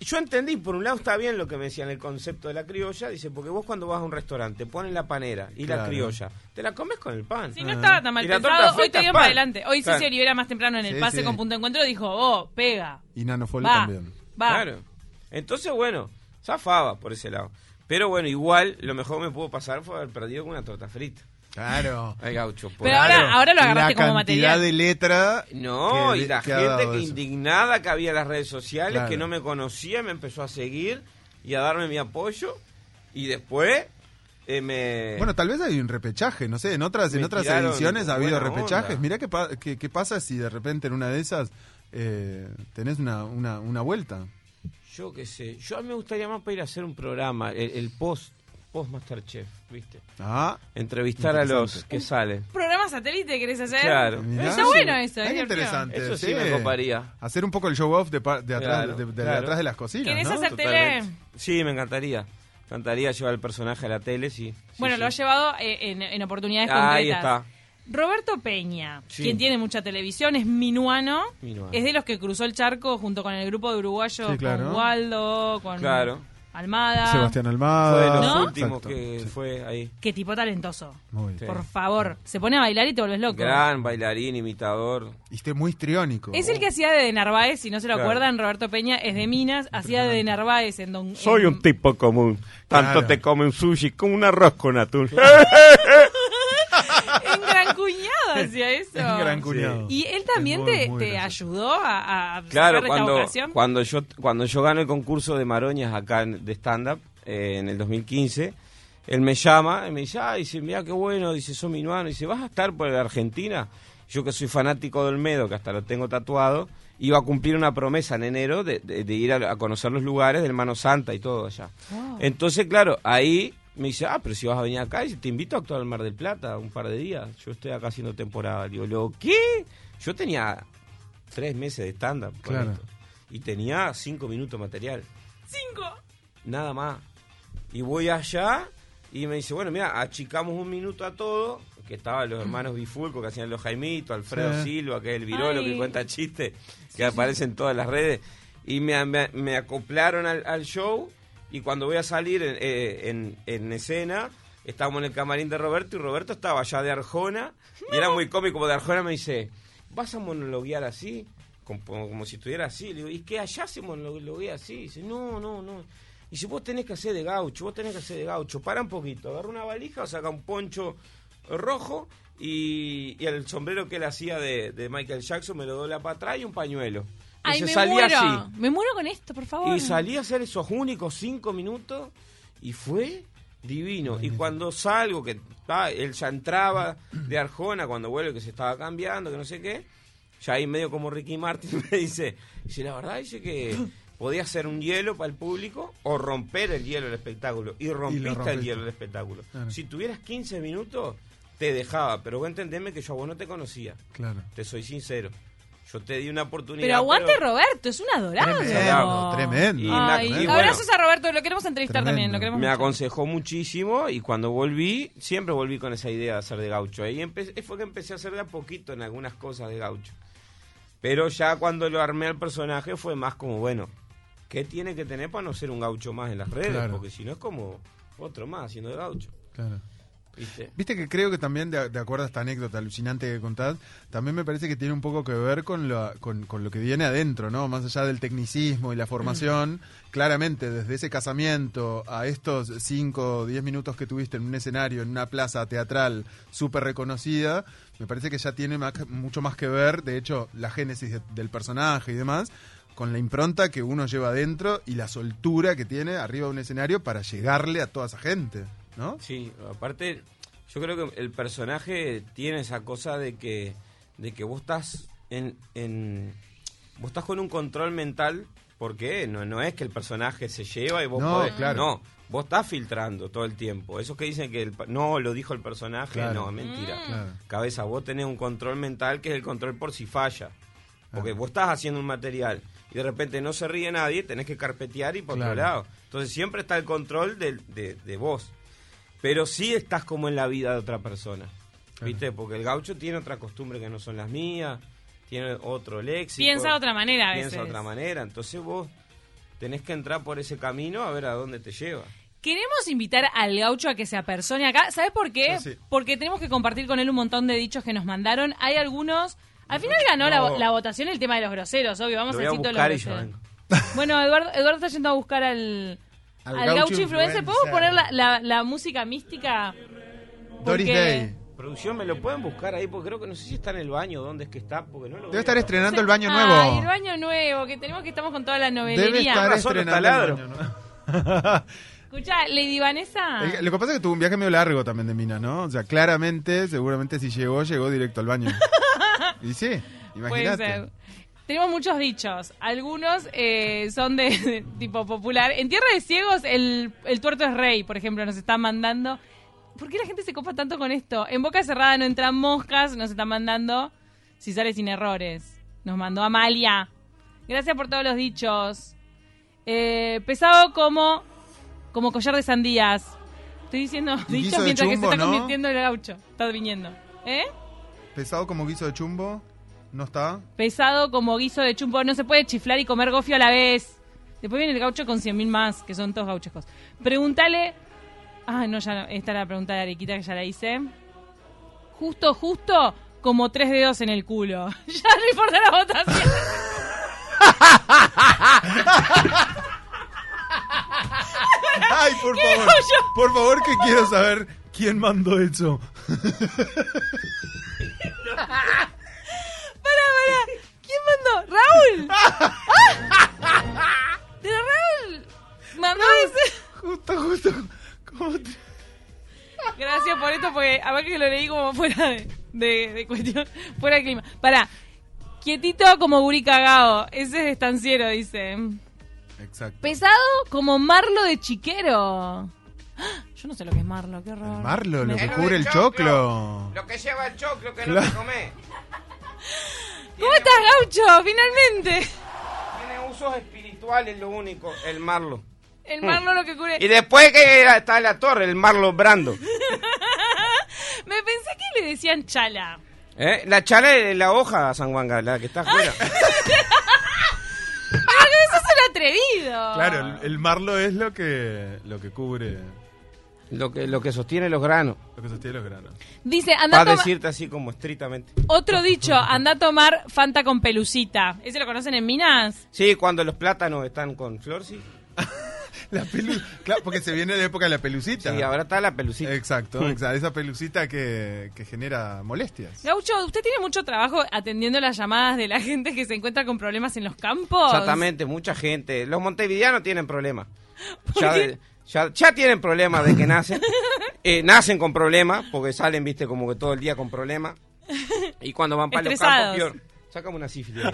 [SPEAKER 4] yo entendí, por un lado está bien lo que me decían el concepto de la criolla, dice, porque vos cuando vas a un restaurante pones la panera y la
[SPEAKER 3] Claro.
[SPEAKER 4] criolla, te la comes con el pan.
[SPEAKER 2] Si no estaba tan mal
[SPEAKER 4] Y la torta
[SPEAKER 2] pensado, hoy
[SPEAKER 4] frita
[SPEAKER 2] te
[SPEAKER 4] es
[SPEAKER 2] dieron
[SPEAKER 4] pan.
[SPEAKER 2] para adelante. Hoy
[SPEAKER 4] Claro.
[SPEAKER 2] Ceci Olivera más temprano en el
[SPEAKER 3] Sí,
[SPEAKER 2] pase
[SPEAKER 3] sí.
[SPEAKER 2] con Punto Encuentro dijo, oh, pega,
[SPEAKER 3] Y Nanofol
[SPEAKER 2] va,
[SPEAKER 3] también.
[SPEAKER 2] va.
[SPEAKER 4] Claro. Entonces, bueno, zafaba por ese lado. Pero bueno, igual lo mejor que me pudo pasar fue haber perdido con una torta frita.
[SPEAKER 3] Claro.
[SPEAKER 4] Ay, gaucho. por
[SPEAKER 2] Pero ahora-
[SPEAKER 4] ahí.
[SPEAKER 2] ahora lo agarraste
[SPEAKER 3] la
[SPEAKER 2] como
[SPEAKER 3] cantidad
[SPEAKER 2] material.
[SPEAKER 3] de letra
[SPEAKER 4] No,
[SPEAKER 3] que
[SPEAKER 4] y
[SPEAKER 3] le-
[SPEAKER 4] la
[SPEAKER 3] que ha
[SPEAKER 4] gente
[SPEAKER 3] dado
[SPEAKER 4] que
[SPEAKER 3] eso.
[SPEAKER 4] indignada que había en las redes sociales,
[SPEAKER 3] Claro.
[SPEAKER 4] que no me conocía, me empezó a seguir y a darme mi apoyo. Y después eh, me...
[SPEAKER 3] Bueno, tal vez hay un repechaje, no sé, en otras, en
[SPEAKER 4] Me
[SPEAKER 3] otras
[SPEAKER 4] tiraron
[SPEAKER 3] ediciones ha habido
[SPEAKER 4] buena
[SPEAKER 3] repechajes.
[SPEAKER 4] onda.
[SPEAKER 3] Mirá qué, pa- qué, qué pasa si de repente en una de esas eh, tenés una, una, una vuelta.
[SPEAKER 4] yo qué sé, yo a mí me gustaría más para ir a hacer un programa, el, el post, post Masterchef, ¿viste?
[SPEAKER 3] Ah,
[SPEAKER 4] Entrevistar a los
[SPEAKER 3] Interesante.
[SPEAKER 4] que salen.
[SPEAKER 2] Programa satélite querés hacer.
[SPEAKER 4] Claro.
[SPEAKER 3] mirá.
[SPEAKER 2] Está bueno eso, ¿eh?
[SPEAKER 3] Está
[SPEAKER 2] es divertido.
[SPEAKER 3] interesante.
[SPEAKER 4] Eso sí me coparía.
[SPEAKER 3] Hacer un poco el show off de, pa- de atrás,
[SPEAKER 4] Claro,
[SPEAKER 3] de, de- de
[SPEAKER 4] claro.
[SPEAKER 3] atrás de las cocinas.
[SPEAKER 2] ¿Querés
[SPEAKER 3] ¿no?
[SPEAKER 2] hacer
[SPEAKER 4] Totalmente.
[SPEAKER 2] tele?
[SPEAKER 4] Sí, me encantaría. Me encantaría llevar el personaje a la tele, sí. Sí,
[SPEAKER 2] Bueno,
[SPEAKER 4] sí.
[SPEAKER 2] lo ha llevado eh, en, en oportunidades
[SPEAKER 4] Ahí
[SPEAKER 2] concretas.
[SPEAKER 4] está.
[SPEAKER 2] Roberto Peña,
[SPEAKER 4] Sí.
[SPEAKER 2] quien tiene mucha televisión, es minuano,
[SPEAKER 4] Minuano.
[SPEAKER 2] es de los que cruzó el charco junto con el grupo de uruguayos,
[SPEAKER 3] Sí, claro.
[SPEAKER 2] con Waldo, con
[SPEAKER 4] Claro.
[SPEAKER 2] Almada.
[SPEAKER 3] Sebastián
[SPEAKER 4] Fue de
[SPEAKER 3] Almada.
[SPEAKER 4] los
[SPEAKER 2] ¿No?
[SPEAKER 4] últimos
[SPEAKER 3] Exacto,
[SPEAKER 4] que
[SPEAKER 3] sí.
[SPEAKER 4] fue ahí.
[SPEAKER 2] Qué tipo talentoso.
[SPEAKER 3] Muy bien.
[SPEAKER 4] Sí.
[SPEAKER 2] Por favor, se pone a bailar y te vuelves loco.
[SPEAKER 4] Gran bailarín, imitador.
[SPEAKER 3] Y esté muy histriónico.
[SPEAKER 2] Es el que hacía de Narváez, si no se lo
[SPEAKER 4] Claro.
[SPEAKER 2] acuerdan, Roberto Peña es de Minas, hacía de Narváez en Don
[SPEAKER 5] Soy
[SPEAKER 2] en-
[SPEAKER 5] un tipo común. Tanto
[SPEAKER 3] Claro.
[SPEAKER 5] te come un sushi como un arroz con atún.
[SPEAKER 2] En Gran Cuñado hacía eso.
[SPEAKER 3] Es un gran cuñado.
[SPEAKER 2] Y él también
[SPEAKER 3] Es muy,
[SPEAKER 2] te,
[SPEAKER 3] muy
[SPEAKER 2] te
[SPEAKER 3] gracioso.
[SPEAKER 2] ayudó a, a
[SPEAKER 4] Claro,
[SPEAKER 2] sacar esta
[SPEAKER 4] cuando,
[SPEAKER 2] vocación.
[SPEAKER 4] cuando yo cuando yo gano el concurso de Maroñas acá en- de stand-up eh, en el 2015, él me llama y me dice, ah, dice, mira qué bueno, dice, soy minuano, dice, ¿vas a estar por Argentina? Yo que soy fanático de Olmedo, que hasta lo tengo tatuado, iba a cumplir una promesa en enero de, de- de ir a, a conocer los lugares del Mano Santa y todo allá. Entonces, claro, ahí me dice, ah, pero si vas a venir acá, dice, te invito a actuar al Mar del Plata un par de días, yo estoy acá haciendo temporada. Digo, ¿lo qué? Yo tenía tres meses de stand-up. con
[SPEAKER 3] Claro.
[SPEAKER 4] esto. Y tenía cinco minutos material,
[SPEAKER 2] Cinco.
[SPEAKER 4] nada más. Y voy allá y me dice, bueno, mira, achicamos un minuto a todo, que estaban los hermanos Bifulco, que hacían los Jaimitos, Alfredo
[SPEAKER 3] Mm. Sí.
[SPEAKER 4] Silva, que es el virolo
[SPEAKER 2] Ay.
[SPEAKER 4] que cuenta chistes, que aparece en todas las redes. Y me, me- me acoplaron al, al show y cuando voy a salir en, eh, en- en escena... Estábamos en el camarín de Roberto y Roberto estaba allá de Arjona y era muy cómico. como De Arjona me dice: ¿Vas a monologuear así? como, como si estuviera así. Le digo, ¿y qué allá hacemos? Lo, lo ve así. Dice, no, no, no. Y si vos tenés que hacer de gaucho, vos tenés que hacer de gaucho. Para un poquito, agarra una valija, saca un poncho rojo y, y el sombrero que él hacía de, de Michael Jackson me lo dobla para atrás y un pañuelo.
[SPEAKER 2] Ay,
[SPEAKER 4] Entonces
[SPEAKER 2] me
[SPEAKER 4] salía
[SPEAKER 2] muero.
[SPEAKER 4] así.
[SPEAKER 2] Me muero con esto, por favor.
[SPEAKER 4] Y salí a hacer esos únicos cinco minutos y fue divino. Y cuando salgo, que ah, él ya entraba de Arjona, cuando vuelve que se estaba cambiando, que no sé qué, ya ahí medio como Ricky Martin me dice, dice, la verdad dice que podía hacer un hielo para el público o romper el hielo del espectáculo. Y rompiste, el
[SPEAKER 3] rompiste.
[SPEAKER 4] hielo del espectáculo.
[SPEAKER 3] Claro.
[SPEAKER 4] Si tuvieras 15 minutos, te dejaba, pero vos entendeme que yo a vos no te conocía.
[SPEAKER 3] Claro.
[SPEAKER 4] Te soy sincero. Yo te di una oportunidad.
[SPEAKER 2] pero aguante
[SPEAKER 4] pero-
[SPEAKER 2] Roberto, es un adorado.
[SPEAKER 3] Tremendo, tremendo.
[SPEAKER 4] Y la-
[SPEAKER 2] Ay,
[SPEAKER 4] y bueno.
[SPEAKER 2] abrazos a Roberto, lo queremos entrevistar
[SPEAKER 3] Tremendo.
[SPEAKER 2] también. Lo queremos
[SPEAKER 4] me
[SPEAKER 2] mucho.
[SPEAKER 4] aconsejó muchísimo y cuando volví, siempre volví con esa idea de hacer de gaucho. Ahí empe- eh, fue que empecé a hacer de a poquito en algunas cosas de gaucho. Pero ya cuando lo armé al personaje fue más como, bueno, ¿qué tiene que tener para no ser un gaucho más en las redes?
[SPEAKER 3] Claro.
[SPEAKER 4] Porque si no es como otro más haciendo de gaucho.
[SPEAKER 3] Claro.
[SPEAKER 4] ¿Viste?
[SPEAKER 3] Viste que creo que también, de, de acuerdo a esta anécdota alucinante que contás, también me parece que tiene un poco que ver con, la- con, con lo que viene adentro, ¿no? Más allá del tecnicismo y la formación, claramente desde ese casamiento a estos 5 o 10 minutos que tuviste en un escenario, en una plaza teatral súper reconocida, me parece que ya tiene más- mucho más que ver, de hecho, la génesis de- del personaje y demás, con la impronta que uno lleva adentro y la soltura que tiene arriba de un escenario para llegarle a toda esa gente, ¿no?
[SPEAKER 4] Sí, aparte, yo creo que el personaje tiene esa cosa de que, de que vos estás en, en- vos estás con un control mental, porque no, no es que el personaje se lleva y vos
[SPEAKER 3] No,
[SPEAKER 4] podés-
[SPEAKER 3] claro.
[SPEAKER 4] no, vos estás filtrando todo el tiempo. Esos que dicen que el pa- no lo dijo el personaje,
[SPEAKER 3] Claro.
[SPEAKER 4] no, es mentira.
[SPEAKER 3] Claro.
[SPEAKER 4] Cabeza, vos tenés un control mental que es el control por si falla. Porque vos estás haciendo un material y de repente no se ríe nadie, tenés que carpetear y por
[SPEAKER 3] Claro.
[SPEAKER 4] otro lado. Entonces siempre está el control del- de, de vos pero sí estás como en la vida de otra persona. ¿Viste? Porque el gaucho tiene otra costumbre que no son las mías, tiene otro léxico.
[SPEAKER 2] Piensa de otra manera a
[SPEAKER 4] Piensa de
[SPEAKER 2] veces.
[SPEAKER 4] otra manera. Entonces vos tenés que entrar por ese camino a ver a dónde te lleva.
[SPEAKER 2] Queremos invitar al gaucho a que se apersone acá. ¿Sabes por qué?
[SPEAKER 3] Sí, sí.
[SPEAKER 2] Porque tenemos que compartir con él un montón de dichos que nos mandaron. Hay algunos. Al final ganó la,
[SPEAKER 4] No.
[SPEAKER 2] la votación el tema de los groseros, obvio. Vamos
[SPEAKER 4] Lo
[SPEAKER 2] al
[SPEAKER 4] voy a
[SPEAKER 2] sitio de
[SPEAKER 4] buscar y
[SPEAKER 2] los
[SPEAKER 4] yo
[SPEAKER 2] groseros.
[SPEAKER 4] vengo.
[SPEAKER 2] Bueno, Eduardo, Eduardo está yendo a buscar al, al, gaucho,
[SPEAKER 3] Al gaucho
[SPEAKER 2] influencer.
[SPEAKER 3] influencer.
[SPEAKER 2] ¿Podemos poner la, la- la música mística?
[SPEAKER 3] Doris
[SPEAKER 2] Porque-
[SPEAKER 3] Day.
[SPEAKER 4] Producción, me lo pueden buscar ahí porque creo que no sé si está en el baño, dónde es que está, porque no lo
[SPEAKER 3] Debe
[SPEAKER 4] veo.
[SPEAKER 3] estar estrenando el baño nuevo.
[SPEAKER 2] Ay, el baño nuevo, que tenemos que estamos con toda la
[SPEAKER 3] Debe
[SPEAKER 2] novelería.
[SPEAKER 3] estar
[SPEAKER 4] Con razón,
[SPEAKER 3] estrenando el
[SPEAKER 4] taladro.
[SPEAKER 3] baño nuevo.
[SPEAKER 2] Escucha, Lady Vanessa.
[SPEAKER 3] El- Lo que pasa es que tuvo un viaje medio largo también de Minas, ¿no? O sea, claramente, seguramente si llegó, llegó directo al baño. Y sí,
[SPEAKER 2] Puede
[SPEAKER 3] imagínate.
[SPEAKER 2] ser. Tenemos muchos dichos. Algunos eh, son de, de tipo popular. En Tierra de Ciegos, el, el tuerto es rey, por ejemplo, nos está mandando. ¿Por qué la gente se copa tanto con esto? En boca cerrada no entran moscas, nos está mandando. Si sale sin errores. Nos mandó Amalia. Gracias por todos los dichos. Eh, pesado como, como collar de sandías. Estoy diciendo
[SPEAKER 3] Y
[SPEAKER 2] dichos
[SPEAKER 3] guiso de
[SPEAKER 2] mientras que se
[SPEAKER 3] chumbo,
[SPEAKER 2] está
[SPEAKER 3] ¿no?
[SPEAKER 2] convirtiendo el gaucho. Está viniendo. ¿Eh?
[SPEAKER 3] Pesado como guiso de chumbo, no está.
[SPEAKER 2] pesado como guiso de chumbo. No se puede chiflar y comer gofio a la vez. Después viene el gaucho con 100.000 más, que son todos gauchescos. Pregúntale. Ah, no, ya no. Esta era la pregunta de Arequita que ya la hice. Justo, justo, como tres dedos en el culo. ya no importa la votación.
[SPEAKER 3] ¡Ay, por favor! Por favor, que quiero saber quién mandó eso.
[SPEAKER 2] Pará, pará. ¿Quién mandó? ¡Raúl! ¡Ah! Pero Raúl mandó ese.
[SPEAKER 3] Justo, justo. ¿Cómo te-
[SPEAKER 2] Gracias por esto, porque aparte que lo leí como fuera de, de- de cuestión, fuera de clima. Pará, quietito como guri cagao, ese es de estanciero, dice.
[SPEAKER 3] Exacto.
[SPEAKER 2] Pesado como marlo de chiquero. ¡Ah! Yo no sé lo que es marlo, qué horror.
[SPEAKER 3] Marlo, lo
[SPEAKER 2] Me-
[SPEAKER 3] que
[SPEAKER 1] lo
[SPEAKER 3] cubre
[SPEAKER 1] del
[SPEAKER 3] el choclo.
[SPEAKER 1] Lo que lleva el choclo que
[SPEAKER 3] Claro.
[SPEAKER 1] no te comés.
[SPEAKER 2] ¿Cómo estás, gaucho? Finalmente.
[SPEAKER 4] Tiene usos espirituales lo único, el Marlo.
[SPEAKER 2] El marlo lo que cubre.
[SPEAKER 4] Y después que está en la torre, el Marlo Brando.
[SPEAKER 2] Me pensé que le decían chala.
[SPEAKER 4] ¿Eh? La chala es la hoja, San Juan, la que está afuera.
[SPEAKER 2] Pero que eso es un atrevido.
[SPEAKER 3] Claro, el, el marlo es lo que, lo que cubre.
[SPEAKER 4] Lo que, lo que sostiene los granos.
[SPEAKER 3] Lo que sostiene los granos.
[SPEAKER 2] Dice, anda
[SPEAKER 4] Para
[SPEAKER 2] a toma-
[SPEAKER 4] decirte así como estrictamente.
[SPEAKER 2] Otro dicho, anda a tomar Fanta con pelucita. ¿Ese lo conocen en Minas?
[SPEAKER 4] Sí, cuando los plátanos están con flor, sí.
[SPEAKER 3] La pelu... Claro, porque se viene la época de la pelucita.
[SPEAKER 4] Sí, ahora está la
[SPEAKER 3] Eh.
[SPEAKER 4] pelucita.
[SPEAKER 3] Exacto, exacto. Esa pelucita que, que genera molestias.
[SPEAKER 2] Gaucho, usted tiene mucho trabajo atendiendo las llamadas de la gente que se encuentra con problemas en los campos.
[SPEAKER 4] Exactamente, mucha gente. Los montevideanos tienen problemas.
[SPEAKER 2] ¿Por
[SPEAKER 4] Ya,
[SPEAKER 2] qué?
[SPEAKER 4] ya- ya tienen problemas de que nacen. Eh, nacen con problemas, porque salen, viste, como que todo el día con problemas. Y cuando van para los campos,
[SPEAKER 2] Estresados.
[SPEAKER 4] peor. Sácame una sífilis.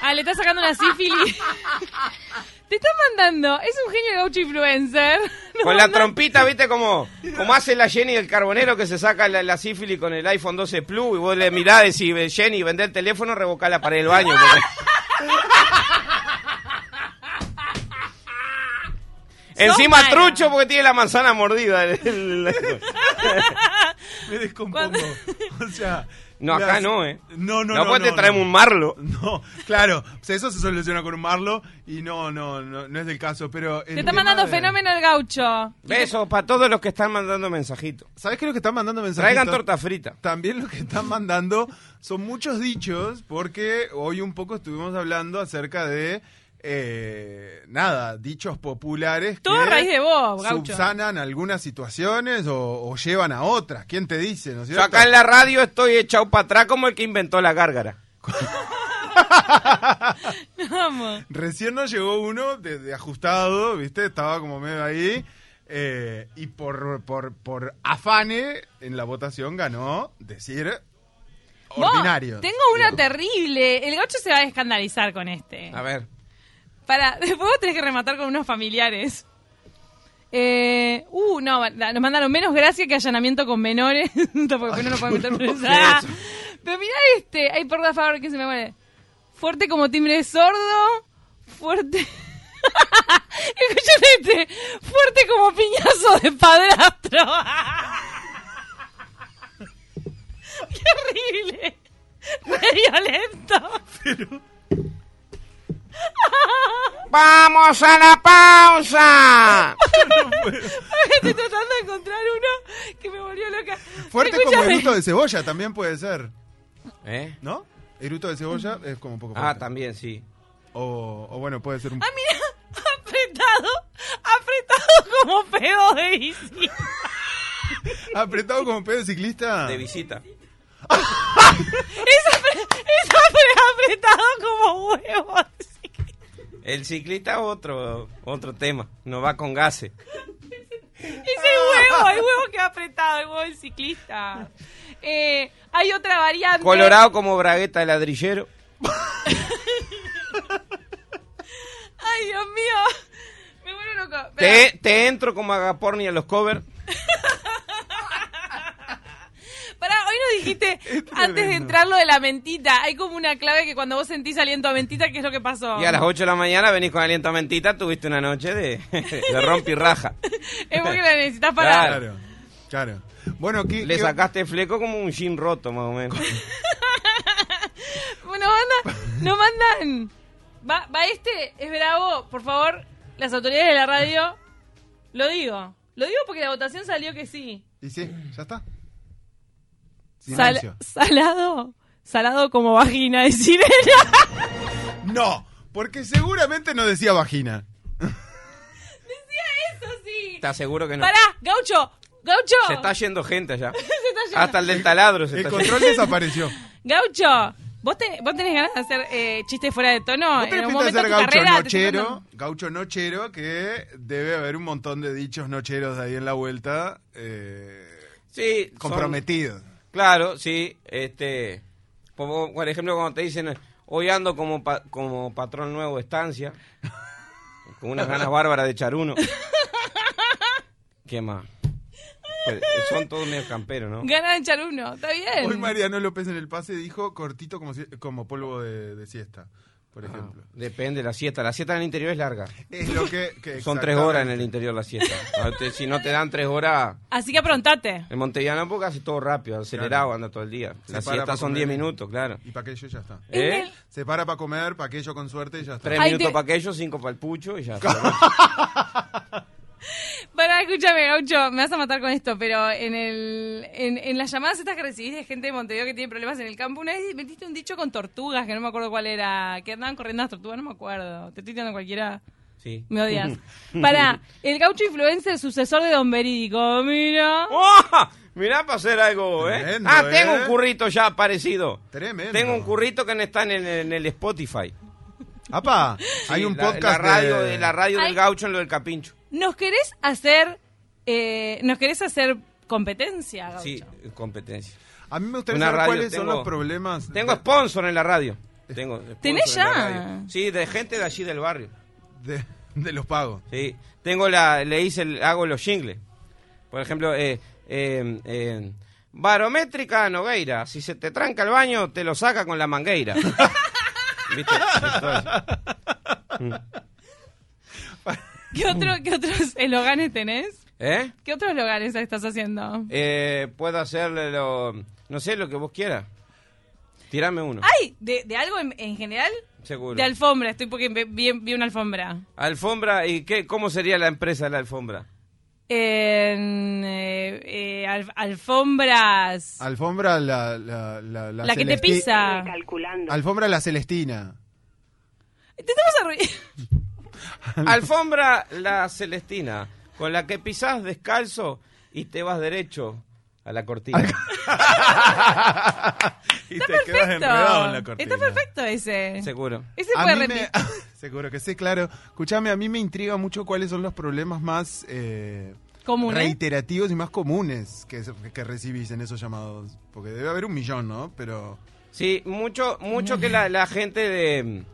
[SPEAKER 2] Ah, le está sacando una sífilis. Te está mandando. Es un genio el Gaucho influencer. No,
[SPEAKER 4] Con la
[SPEAKER 2] no.
[SPEAKER 4] trompita, viste, como, como hace la Jenny del carbonero que se saca la, la sífilis con el iPhone 12 Plus y vos le mirás, decís, "Ve, Jenny, vender el teléfono, revocá la pared del baño. porque- Encima
[SPEAKER 2] mala.
[SPEAKER 4] trucho porque tiene la manzana mordida. el- el- el-
[SPEAKER 3] Me descompongo. O sea.
[SPEAKER 4] No, acá no, ¿eh?
[SPEAKER 3] No, no,
[SPEAKER 4] no.
[SPEAKER 3] no.
[SPEAKER 4] pues te
[SPEAKER 3] no,
[SPEAKER 4] traemos
[SPEAKER 3] no.
[SPEAKER 4] un marlo.
[SPEAKER 3] No, claro. O sea, eso se soluciona con un marlo y no, no, no, no es del caso. Pero.
[SPEAKER 2] Te está mandando fenómeno el Gaucho.
[SPEAKER 4] Besos para todos los que están mandando mensajitos.
[SPEAKER 3] ¿Sabes qué es lo que están mandando mensajes?
[SPEAKER 4] Traigan torta frita.
[SPEAKER 3] También lo que están mandando son muchos dichos, porque hoy un poco estuvimos hablando acerca de. eh, nada, dichos populares.
[SPEAKER 2] Todo
[SPEAKER 3] que
[SPEAKER 2] a raíz de vos, Gaucho.
[SPEAKER 3] Subsanan algunas situaciones o, o llevan a otras. ¿Quién te dice? ¿No es
[SPEAKER 4] Yo
[SPEAKER 3] cierto?
[SPEAKER 4] acá en la radio estoy echado para atrás como el que inventó la gárgara.
[SPEAKER 2] Vamos.
[SPEAKER 3] Recién nos llegó uno de, de ajustado, ¿viste? Estaba como medio ahí. eh, y por, por, por afane en la votación ganó decir
[SPEAKER 2] Vos,
[SPEAKER 3] ordinario.
[SPEAKER 2] tengo una terrible. El Gaucho se va a escandalizar con este.
[SPEAKER 4] A ver.
[SPEAKER 2] Para, después vos tenés que rematar con unos familiares. Eh, uh, no, da- nos mandaron menos gracia que allanamiento con menores. Tampoco después no nos podemos meter presa. Pero mirá este. Ay, por favor, que se me muere. Fuerte como timbre de sordo. Fuerte. Escuchate este. Fuerte como piñazo de padrastro. ¡Qué horrible! ¡Re violento!
[SPEAKER 4] ¡Vamos a la pausa!
[SPEAKER 2] Estoy tratando de encontrar uno que me volvió loca.
[SPEAKER 3] Fuerte como
[SPEAKER 2] Escúchame.
[SPEAKER 3] eruto de cebolla también puede ser,
[SPEAKER 4] ¿Eh?
[SPEAKER 3] ¿no? Eruto de cebolla es como un poco
[SPEAKER 4] Ah,
[SPEAKER 3] fuerte.
[SPEAKER 4] también, sí.
[SPEAKER 3] O, o bueno, puede ser un...
[SPEAKER 2] Ah, mira, apretado, apretado como pedo de bici.
[SPEAKER 3] Apretado como pedo de ciclista.
[SPEAKER 4] De visita.
[SPEAKER 2] Es, apre- es apre- apretado como huevo. así.
[SPEAKER 4] El ciclista otro otro tema. No va con gases.
[SPEAKER 2] Ese huevo, el huevo que va apretado, el huevo del ciclista. Eh, hay otra variante.
[SPEAKER 4] Colorado como bragueta de ladrillero.
[SPEAKER 2] Ay, Dios mío. Me vuelvo loco. Espera.
[SPEAKER 4] Te, te entro como agaporni a los covers.
[SPEAKER 2] Pará, hoy nos dijiste, antes de
[SPEAKER 3] tremendo.
[SPEAKER 2] entrar lo de la mentita, hay como una clave que cuando vos sentís aliento a mentita, ¿qué es lo que pasó?
[SPEAKER 4] Y a las 8 de la mañana venís con aliento a mentita. Tuviste una noche de, de rompi raja.
[SPEAKER 2] Es porque la necesitas para...
[SPEAKER 3] Claro, claro. Bueno, ¿qué,
[SPEAKER 4] Le
[SPEAKER 3] qué-
[SPEAKER 4] sacaste el fleco como un jean roto, más o menos.
[SPEAKER 2] Bueno, manda, no mandan. Va, va este, es bravo, por favor, las autoridades de la radio. Lo digo. Lo digo porque la votación salió que sí.
[SPEAKER 3] Y sí, ya está.
[SPEAKER 2] Sal-
[SPEAKER 3] Silencio.
[SPEAKER 2] salado. Salado como vagina de sirena.
[SPEAKER 3] No, porque seguramente no decía vagina.
[SPEAKER 2] Eso sí.
[SPEAKER 4] Te aseguro que no.
[SPEAKER 2] Pará, gaucho. Gaucho.
[SPEAKER 4] Se está yendo gente allá.
[SPEAKER 2] Se está yendo.
[SPEAKER 4] Hasta el del taladro se
[SPEAKER 3] El
[SPEAKER 4] está
[SPEAKER 3] control
[SPEAKER 4] yendo.
[SPEAKER 3] desapareció.
[SPEAKER 2] Gaucho. ¿Vos, ten- ¿Vos tenés ganas de hacer eh, chistes fuera de tono?
[SPEAKER 3] ¿Vos tenés
[SPEAKER 2] un
[SPEAKER 3] pinta de
[SPEAKER 2] momento
[SPEAKER 3] ser
[SPEAKER 2] de tu
[SPEAKER 3] gaucho
[SPEAKER 2] carrera, te estoy
[SPEAKER 3] nochero?
[SPEAKER 2] contando.
[SPEAKER 3] Gaucho nochero, que debe haber un montón de dichos nocheros de ahí en la vuelta. eh,
[SPEAKER 4] Sí, son-
[SPEAKER 3] comprometidos.
[SPEAKER 4] Claro, sí. Este, como, por ejemplo, cuando te dicen, hoy ando como, pa- como patrón nuevo de estancia, con unas ganas bárbaras de echar uno. ¿Qué más? Pues, son todos medio camperos, ¿no?
[SPEAKER 2] Ganas de echar uno. Está bien.
[SPEAKER 3] Hoy Mariano López en el pase dijo cortito como, si- como polvo de, de siesta, por
[SPEAKER 4] Ah,
[SPEAKER 3] ejemplo.
[SPEAKER 4] Depende de la siesta. La siesta en el interior es larga.
[SPEAKER 3] Es lo que, que
[SPEAKER 4] Son tres horas en el interior la siesta. A usted, si no te dan tres horas...
[SPEAKER 2] Así que
[SPEAKER 3] ¿Eh?
[SPEAKER 2] aprontate.
[SPEAKER 4] En Montellano porque hace todo rápido, acelerado, anda todo el día.
[SPEAKER 3] Se
[SPEAKER 4] La
[SPEAKER 3] para
[SPEAKER 4] siesta
[SPEAKER 3] para
[SPEAKER 4] son
[SPEAKER 3] comer.
[SPEAKER 4] 10 minutos, claro.
[SPEAKER 3] Y para aquello ya está.
[SPEAKER 2] En
[SPEAKER 4] ¿Eh?
[SPEAKER 2] el-
[SPEAKER 3] Se para para comer, para aquello con suerte y ya está.
[SPEAKER 4] Tres
[SPEAKER 2] Ay,
[SPEAKER 4] minutos
[SPEAKER 2] te-
[SPEAKER 4] para aquello, cinco para el pucho y ya. está.
[SPEAKER 2] Para, escúchame, Gaucho, me vas a matar con esto, pero en el en, en las llamadas estas que recibís de gente de Montevideo que tiene problemas en el campo, una vez metiste un dicho con tortugas, que no me acuerdo cuál era, que andaban corriendo las tortugas, no me acuerdo. Te estoy tirando cualquiera.
[SPEAKER 4] Sí.
[SPEAKER 2] Me odias. Para, el gaucho influencer, sucesor de Don Verídico, mira.
[SPEAKER 4] ¡Oh! Mirá para hacer algo, ¿eh?
[SPEAKER 3] Tremendo,
[SPEAKER 4] ah, tengo
[SPEAKER 3] ¿eh?
[SPEAKER 4] un currito ya parecido.
[SPEAKER 3] Tremendo.
[SPEAKER 4] Tengo un currito que no está en el, en el Spotify.
[SPEAKER 3] ¡Apa!
[SPEAKER 4] Sí,
[SPEAKER 3] hay un
[SPEAKER 4] la-
[SPEAKER 3] podcast
[SPEAKER 4] la radio,
[SPEAKER 3] de...
[SPEAKER 4] de... la radio
[SPEAKER 2] Ay.
[SPEAKER 4] del gaucho en lo del capincho.
[SPEAKER 2] ¿Nos querés hacer, eh, nos querés hacer competencia, gaucho?
[SPEAKER 4] Sí, competencia.
[SPEAKER 3] A mí me gustaría
[SPEAKER 4] Una
[SPEAKER 3] saber
[SPEAKER 4] radio,
[SPEAKER 3] cuáles son
[SPEAKER 4] tengo-
[SPEAKER 3] los problemas.
[SPEAKER 4] Tengo sponsor en la radio. Tengo sponsor
[SPEAKER 2] ¿Tenés
[SPEAKER 4] en la
[SPEAKER 2] ya?
[SPEAKER 4] radio. Sí, de gente de allí del barrio.
[SPEAKER 3] de, de los pagos.
[SPEAKER 4] Sí, tengo la, le hice, el- hago los jingles. Por ejemplo, eh, eh, eh, barométrica Nogueira, si se te tranca el baño, te lo saca con la mangueira. ¿Viste? Todo eso.
[SPEAKER 2] ¿Qué, otro, ¿Qué otros esloganes tenés?
[SPEAKER 4] ¿Eh?
[SPEAKER 2] ¿Qué otros esloganes estás haciendo?
[SPEAKER 4] Eh, puedo hacerle lo, no sé, lo que vos quieras. Tirame uno,
[SPEAKER 2] ¡Ay! ¿De, de algo en, en general?
[SPEAKER 4] seguro.
[SPEAKER 2] De alfombra, estoy porque ve- vi, vi una alfombra.
[SPEAKER 4] alfombra, ¿y qué, cómo sería la empresa de la alfombra?
[SPEAKER 2] En, eh, eh, al- alfombras.
[SPEAKER 4] Ah,
[SPEAKER 3] Alfombra la... La, la, la
[SPEAKER 2] la que te
[SPEAKER 3] celesti-
[SPEAKER 2] pisa.
[SPEAKER 6] Calculando.
[SPEAKER 3] Alfombra la Celestina.
[SPEAKER 2] Te estamos arruinando.
[SPEAKER 4] Alfombra la Celestina, con la que pisás descalzo y te vas derecho a la cortina.
[SPEAKER 3] y
[SPEAKER 2] Está perfecto. Está perfecto ese.
[SPEAKER 4] Seguro.
[SPEAKER 2] Ese
[SPEAKER 3] A
[SPEAKER 2] puede
[SPEAKER 3] mí
[SPEAKER 2] repetir.
[SPEAKER 3] me- Seguro que sí, claro. Escuchame, a mí me intriga mucho cuáles son los problemas más eh,
[SPEAKER 2] Comunes.
[SPEAKER 3] reiterativos y más comunes que, que recibís en esos llamados. Porque debe haber un millón, ¿no? Pero...
[SPEAKER 4] Sí, mucho, mucho que la, la gente de,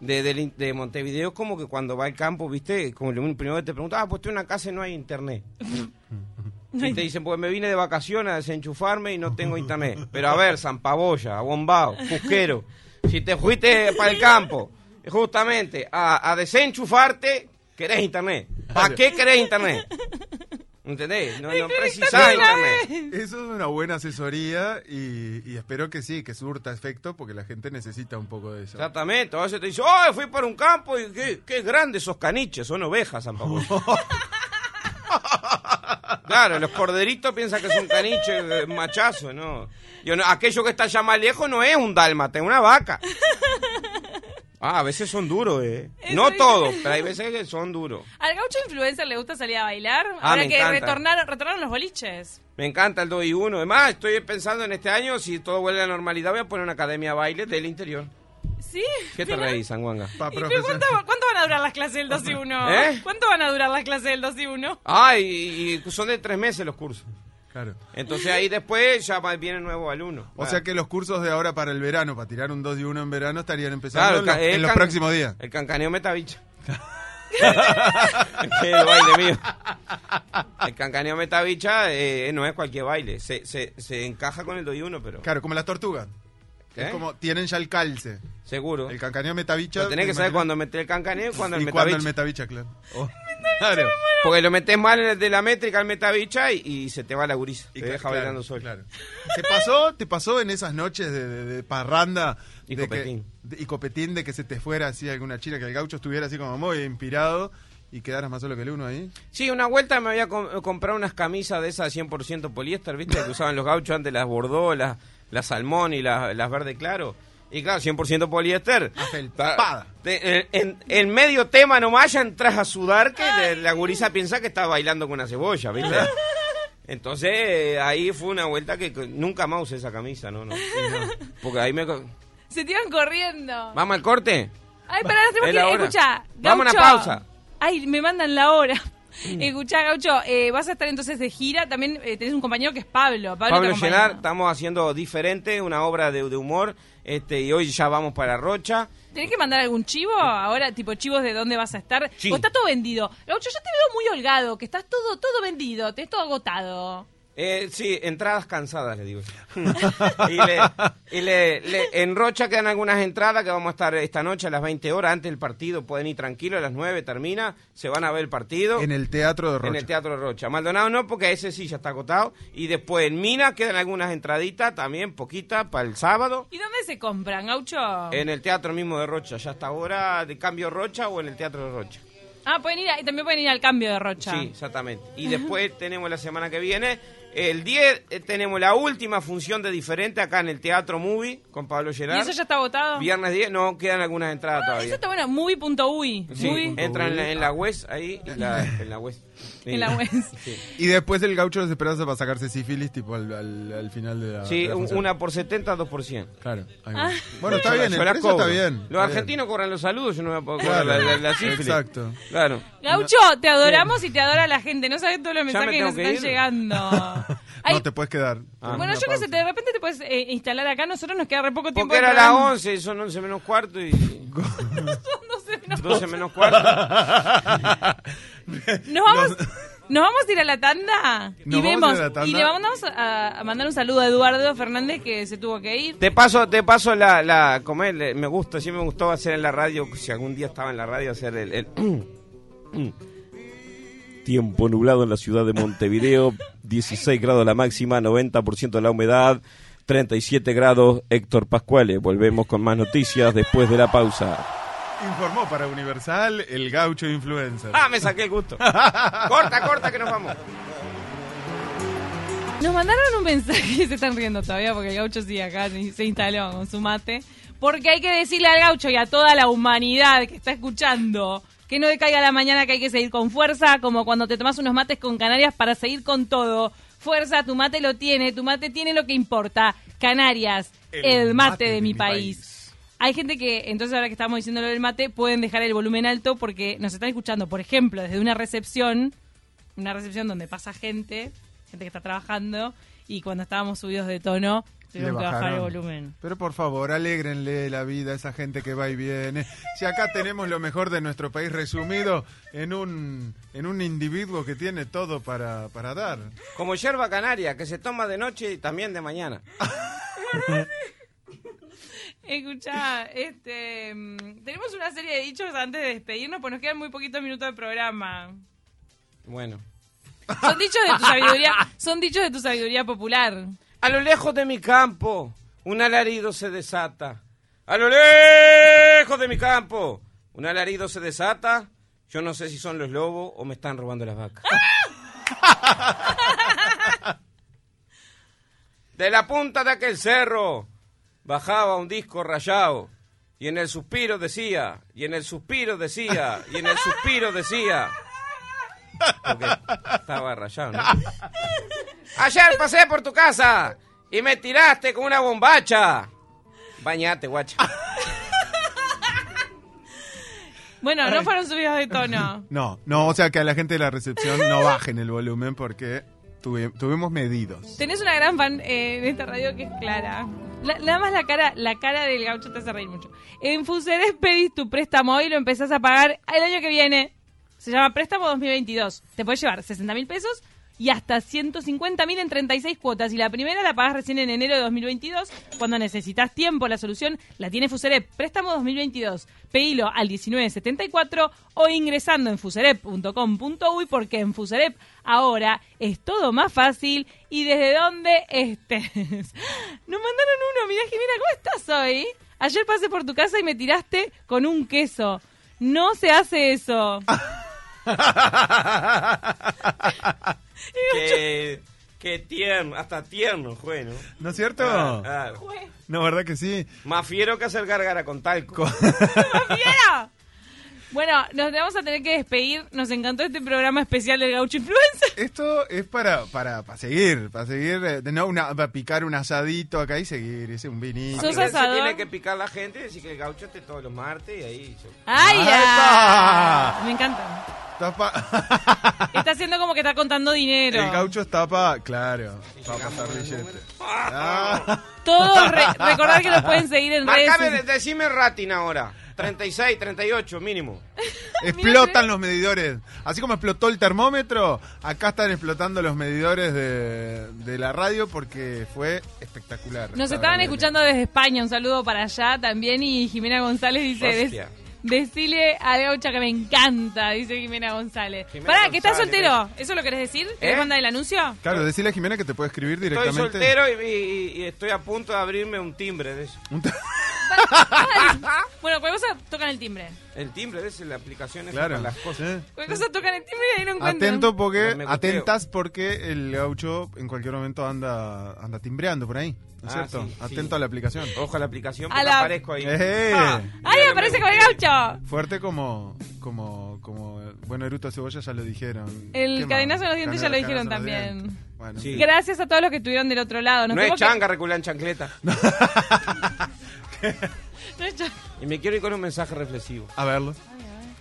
[SPEAKER 4] de, del in- de Montevideo, como que cuando va al campo, viste, como lo primero que te pregunta, ah, pues estoy en una casa y no hay internet. Y te dicen, pues me vine de vacaciones a desenchufarme y no tengo internet. Pero a ver, Zampaboya, Abombao, Cusquero, si te fuiste para el campo, justamente, a, a desenchufarte, querés internet. ¿Para qué querés internet? ¿Entendés? No, no precisás internet.
[SPEAKER 3] Eso es una buena asesoría y, y espero que sí, que surta efecto porque la gente necesita un poco de eso.
[SPEAKER 4] Exactamente, a veces te dice, ¡ay, fui para un campo! y qué, qué grandes esos caniches! Son ovejas, San Pablo. claro, los corderitos piensan que son caniches, eh, machazo, ¿no? Yo, no- Aquello que está allá más lejos no es un dálmata, es una vaca. Ah, a veces son duros, ¿eh?
[SPEAKER 2] Eso
[SPEAKER 4] no
[SPEAKER 2] dice-
[SPEAKER 4] todos, pero hay veces que son duros.
[SPEAKER 2] Al gaucho influencer le gusta salir a bailar.
[SPEAKER 4] Ah,
[SPEAKER 2] Ahora
[SPEAKER 4] me
[SPEAKER 2] que
[SPEAKER 4] encanta.
[SPEAKER 2] retornaron, retornaron los boliches.
[SPEAKER 4] Me encanta el 2 y 1. Además, estoy pensando en este año, si todo vuelve a la normalidad, voy a poner una academia de baile del interior.
[SPEAKER 2] ¿Sí?
[SPEAKER 4] ¿Qué te reís, Sanguanga?
[SPEAKER 3] Pa,
[SPEAKER 2] ¿Y pero
[SPEAKER 3] profesor.
[SPEAKER 2] cuánto, cuánto van a durar las clases del 2 y 1?
[SPEAKER 4] ¿Eh?
[SPEAKER 2] ¿Cuánto van a durar las clases del 2 y 1?
[SPEAKER 4] Ah, y- y son de tres meses los cursos.
[SPEAKER 3] Claro.
[SPEAKER 4] Entonces ahí después ya va- viene nuevo alumno.
[SPEAKER 3] O sea que los cursos de ahora para el verano, para tirar un 2 y 1 en verano, estarían
[SPEAKER 4] Claro,
[SPEAKER 3] empezando
[SPEAKER 4] el
[SPEAKER 3] en, los-
[SPEAKER 4] ca- el
[SPEAKER 3] en los
[SPEAKER 4] can-
[SPEAKER 3] próximos días.
[SPEAKER 4] El cancaneo metabicha. Qué baile mío. El cancaneo metabicha eh, no es cualquier baile. Se, se, se encaja con el 2 y 1, pero.
[SPEAKER 3] Claro, como las tortugas.
[SPEAKER 4] ¿Eh?
[SPEAKER 3] Es como tienen ya el calce.
[SPEAKER 4] Seguro.
[SPEAKER 3] El cancaneo metabicha.
[SPEAKER 4] Pero tenés que
[SPEAKER 3] me
[SPEAKER 4] saber
[SPEAKER 3] imagino-
[SPEAKER 4] cuándo meter el cancaneo y cuándo el
[SPEAKER 3] y cuándo el
[SPEAKER 4] metabicha.
[SPEAKER 3] metabicha, claro. Oh, claro.
[SPEAKER 4] Porque lo metes mal en el de la métrica al metabicha y, y se te va la gurisa.
[SPEAKER 3] Y
[SPEAKER 4] te
[SPEAKER 3] ca-
[SPEAKER 4] deja
[SPEAKER 3] claro,
[SPEAKER 4] bailando solo.
[SPEAKER 3] claro. ¿Te pasó, ¿Te pasó en esas noches de, de- de parranda
[SPEAKER 4] Y
[SPEAKER 3] de
[SPEAKER 4] copetín.
[SPEAKER 3] Que, de- y copetín de que se te fuera así alguna china, que el gaucho estuviera así como muy inspirado y quedaras más solo que el uno ahí?
[SPEAKER 4] Sí, una vuelta me había com- eh, comprado unas camisas de esas 100% poliéster, ¿viste? Que usaban los gauchos antes, las bordó, las, las salmón y las, las verde claro. Y claro, 100% poliéster.
[SPEAKER 3] Afelpada.
[SPEAKER 4] Te- En, en- en medio tema nomás ya entras a sudar que te- la gurisa piensa que está bailando con una cebolla, ¿viste? Entonces eh, ahí fue una vuelta que que nunca más usé esa camisa, ¿no? no. Porque ahí me... co-
[SPEAKER 2] Se tiran corriendo.
[SPEAKER 4] ¿Vamos al corte?
[SPEAKER 2] Ay, pará, nos tenemos
[SPEAKER 4] Es la
[SPEAKER 2] que
[SPEAKER 4] hora.
[SPEAKER 2] Escucha,
[SPEAKER 4] Vamos a una
[SPEAKER 2] Gaucho.
[SPEAKER 4] pausa. Mm.
[SPEAKER 2] Ay, me mandan la hora. Escucha, Gaucho, eh, vas a estar entonces de gira. También eh, tenés un compañero que es Pablo. Pablo, te
[SPEAKER 4] Pablo
[SPEAKER 2] acompaña.
[SPEAKER 4] Llenar, estamos haciendo diferente, una obra de, de humor, este, y hoy ya vamos para Rocha.
[SPEAKER 2] ¿Tenés que mandar algún chivo ahora? Tipo chivos de dónde vas a estar.
[SPEAKER 4] Sí.
[SPEAKER 2] O está todo vendido. Gaucho, yo te veo muy holgado, que estás todo, todo vendido, tenés todo agotado.
[SPEAKER 4] Eh, sí, entradas cansadas, le digo. y le, y le- le- en Rocha quedan algunas entradas que vamos a estar esta noche a las 20 horas, antes del partido, pueden ir tranquilos, a las 9 termina, se van a ver el partido.
[SPEAKER 3] En el teatro de Rocha.
[SPEAKER 4] En el Teatro de Rocha. Maldonado no, porque ese sí ya está agotado. Y después en Mina quedan algunas entraditas, también poquitas, para el sábado.
[SPEAKER 2] ¿Y dónde se compran, Gaucho?
[SPEAKER 4] Eh. En el teatro mismo de Rocha, ya hasta ahora, de cambio Rocha o en el Teatro de Rocha.
[SPEAKER 2] Ah, pueden ir, a- y también pueden ir al cambio de Rocha.
[SPEAKER 4] Sí, exactamente. Y después tenemos la semana que viene, el 10, eh, tenemos la última función de diferente acá en el Teatro Movie con Pablo
[SPEAKER 2] ¿Y
[SPEAKER 4] Gerard.
[SPEAKER 2] eso ya está votado?
[SPEAKER 4] Viernes 10, no, quedan algunas entradas
[SPEAKER 2] Ah,
[SPEAKER 4] todavía.
[SPEAKER 2] eso está bueno, movie.uy.
[SPEAKER 4] Sí,
[SPEAKER 2] Movie. Ah.
[SPEAKER 4] entran en la, en la web ahí, en la, en la web.
[SPEAKER 2] En la E web.
[SPEAKER 4] Sí.
[SPEAKER 3] Y después el gaucho de esperanza para sacarse sífilis, tipo al, al- al final de la.
[SPEAKER 4] Sí,
[SPEAKER 3] de Ah, la
[SPEAKER 4] un-
[SPEAKER 3] función.
[SPEAKER 4] una por 70, dos por 100.
[SPEAKER 3] Claro. ahí
[SPEAKER 2] Ah.
[SPEAKER 3] va. Bueno, está bien, el
[SPEAKER 4] Yo la
[SPEAKER 3] precio
[SPEAKER 4] cobro.
[SPEAKER 3] está bien. está
[SPEAKER 4] Los
[SPEAKER 3] bien.
[SPEAKER 4] argentinos cobran los saludos, yo no me puedo cobrar
[SPEAKER 3] Claro.
[SPEAKER 4] la, la- la sífilis.
[SPEAKER 3] Exacto.
[SPEAKER 4] Claro.
[SPEAKER 2] Gaucho, te adoramos y te adora la gente. No sabes todos los
[SPEAKER 4] me
[SPEAKER 2] mensajes que
[SPEAKER 4] tengo
[SPEAKER 2] nos
[SPEAKER 4] que
[SPEAKER 2] están
[SPEAKER 4] ir.
[SPEAKER 2] llegando. Ay,
[SPEAKER 3] No te puedes quedar.
[SPEAKER 4] Ah.
[SPEAKER 2] bueno,
[SPEAKER 4] una
[SPEAKER 2] yo qué sé,
[SPEAKER 4] pausa.
[SPEAKER 2] de repente te puedes eh, instalar acá. Nosotros nos queda re poco tiempo.
[SPEAKER 4] Porque
[SPEAKER 2] de
[SPEAKER 4] era las
[SPEAKER 2] programa.
[SPEAKER 4] 11, son 11 menos cuarto y
[SPEAKER 2] Son 12 menos
[SPEAKER 4] 12 menos cuarto.
[SPEAKER 2] Nos vamos, nos vamos a ir a la tanda y
[SPEAKER 3] Nos
[SPEAKER 2] vemos.
[SPEAKER 3] vamos a ir a la tanda.
[SPEAKER 2] Y le vamos a, a mandar un saludo a Eduardo Fernández que se tuvo que ir.
[SPEAKER 4] Te paso, te paso la, la como es, le- me gusta, sí me gustó hacer en la radio, si algún día estaba en la radio hacer el, el-
[SPEAKER 5] Tiempo nublado en la ciudad de Montevideo, 16 grados la máxima, 90% la humedad, 37 grados Héctor Pascuales. Volvemos con más noticias después de la pausa.
[SPEAKER 3] Informó para Universal el gaucho influencer.
[SPEAKER 4] Ah, me saqué el gusto. Corta, corta que nos vamos.
[SPEAKER 2] Nos mandaron un mensaje, se están riendo todavía porque el gaucho sigue acá, ni- se instaló con su mate. Porque hay que decirle al gaucho y a toda la humanidad que está escuchando que no decaiga la mañana, que hay que seguir con fuerza, como cuando te tomas unos mates con Canarias para seguir con todo. Fuerza, tu mate lo tiene, tu mate tiene lo que importa. Canarias, el, mate, de mi país. Hay gente que, entonces ahora que estamos diciendo lo del mate, pueden dejar el volumen alto porque nos están escuchando, por ejemplo, desde una recepción una recepción donde pasa gente, gente que está trabajando, y cuando estábamos subidos de tono, tuvieron que bajar el
[SPEAKER 3] bajaron.
[SPEAKER 2] volumen.
[SPEAKER 3] Pero por favor, alégrenle la vida a esa gente que va y viene. Si acá tenemos lo mejor de nuestro país resumido en un, en un individuo que tiene todo para, para dar.
[SPEAKER 4] Como yerba canaria, que se toma de noche y también de mañana.
[SPEAKER 2] Escuchá, este, mm, tenemos una serie de dichos antes de despedirnos, pues nos quedan muy poquitos minutos de programa.
[SPEAKER 4] Bueno.
[SPEAKER 2] Son dichos de tu sabiduría, son dichos de tu sabiduría popular.
[SPEAKER 4] A lo lejos de mi campo, un alarido se desata. A lo lejos de mi campo, un alarido se desata. Yo no sé si son los lobos o me están robando las vacas. De la punta de aquel cerro bajaba un disco rayado y en el suspiro decía, y en el suspiro decía, y en el suspiro decía. Porque estaba rayado, ¿no? Ayer pasé por tu casa y me tiraste con una bombacha. Bañate, guacha.
[SPEAKER 2] Bueno, no fueron subidos de tono.
[SPEAKER 3] No, no, o sea que a la gente de la recepción no bajen el volumen porque tuvi- tuvimos medidos.
[SPEAKER 2] Tenés una gran fan eh, en esta radio que es Clara. La- nada más la cara, la cara del gaucho te hace reír mucho. En Fuseres pedís tu préstamo y lo empezás a pagar el año que viene. Se llama Préstamo 2022. Te puedes llevar 60 mil pesos y hasta 150 mil en 36 cuotas. Y la primera la pagás recién en enero de 2022. Cuando necesitas tiempo, la solución la tiene Fuserep. Préstamo 2022. Pedilo al 1974 o ingresando en fuserep.com.uy porque en Fuserep ahora es todo más fácil y desde donde estés. Nos mandaron uno. Mirá, Jimena, ¿cómo estás hoy? Ayer pasé por tu casa y me tiraste con un queso. No se hace eso.
[SPEAKER 4] qué, qué tierno, hasta tierno, bueno.
[SPEAKER 3] ¿No es cierto?
[SPEAKER 2] Jue-
[SPEAKER 3] No, ¿verdad que sí?
[SPEAKER 4] ah. Más fiero que hacer gárgara con talco.
[SPEAKER 2] ¡Fiera! Bueno, nos vamos a tener que despedir. Nos encantó este programa especial del Gaucho Influencer.
[SPEAKER 3] Esto es para, para, para seguir, para seguir, eh, de- no, una, para picar un asadito acá y seguir, ese un vinito.
[SPEAKER 2] Sos
[SPEAKER 4] Se
[SPEAKER 2] asador.
[SPEAKER 4] tiene que picar la gente y decir que el gaucho esté todos los martes y ahí. yo-
[SPEAKER 2] ¡Ay,
[SPEAKER 3] ¡Epa!
[SPEAKER 2] ya! Me encanta.
[SPEAKER 3] Tapa-
[SPEAKER 2] Está haciendo como que está contando dinero.
[SPEAKER 3] El gaucho está para, claro, para pasar billetes. Ah,
[SPEAKER 2] Todos re- recordad que nos pueden seguir en redes.
[SPEAKER 4] Marcame,
[SPEAKER 2] sociales.
[SPEAKER 4] decime rating ahora. 36, 38 mínimo.
[SPEAKER 3] explotan los medidores. Así como explotó el termómetro, acá están explotando los medidores de, de la radio porque fue espectacular.
[SPEAKER 2] Nos
[SPEAKER 3] Para
[SPEAKER 2] estaban
[SPEAKER 3] la-
[SPEAKER 2] escuchando desde España. Un saludo para allá también. Y Jimena González dice:
[SPEAKER 4] Hostia.
[SPEAKER 2] des- Decile a Gaucha que me encanta, dice Jimena González.
[SPEAKER 4] Jimena
[SPEAKER 2] Pará, que estás
[SPEAKER 4] González.
[SPEAKER 2] soltero. ¿Eso lo querés decir? ¿Querés
[SPEAKER 4] ¿Eh?
[SPEAKER 2] mandar el anuncio?
[SPEAKER 3] Claro, decirle a Jimena que te puede escribir
[SPEAKER 4] Estoy
[SPEAKER 3] directamente.
[SPEAKER 4] soltero y, y- y estoy a punto de abrirme un timbre de eso. Ah.
[SPEAKER 2] Están- bueno, cualquier cosa tocan el timbre.
[SPEAKER 4] El timbre, ¿ves? La aplicación es
[SPEAKER 3] Claro.
[SPEAKER 4] para las cosas.
[SPEAKER 3] sí.
[SPEAKER 2] Cualquier cosa tocan el timbre y ahí no encuentran.
[SPEAKER 3] Atento porque,
[SPEAKER 4] No me gusteo.
[SPEAKER 3] atentas porque el gaucho en cualquier momento anda, anda timbreando por ahí, ¿no es
[SPEAKER 4] Ah,
[SPEAKER 3] cierto?
[SPEAKER 4] sí, sí.
[SPEAKER 3] Atento a la aplicación.
[SPEAKER 4] Ojo a la aplicación
[SPEAKER 2] A
[SPEAKER 4] porque
[SPEAKER 2] la-
[SPEAKER 4] aparezco ahí.
[SPEAKER 3] Eh.
[SPEAKER 2] ¡Ay, Ah. aparece con el gaucho!
[SPEAKER 3] Fuerte como, como, como, bueno, Eruto Cebolla ya lo dijeron.
[SPEAKER 2] El
[SPEAKER 3] ¿Qué más?
[SPEAKER 2] cadenazo en los dientes ya lo
[SPEAKER 3] Cadena-
[SPEAKER 2] dijeron
[SPEAKER 3] cadenazo en los
[SPEAKER 2] también.
[SPEAKER 3] dientes. Bueno,
[SPEAKER 4] Sí.
[SPEAKER 2] Gracias a todos los que estuvieron del otro lado. Nos
[SPEAKER 4] No es
[SPEAKER 2] vemos que-
[SPEAKER 4] changa recular en chancleta.
[SPEAKER 2] No es changa.
[SPEAKER 4] Y me quiero ir con un mensaje reflexivo.
[SPEAKER 3] a verlo.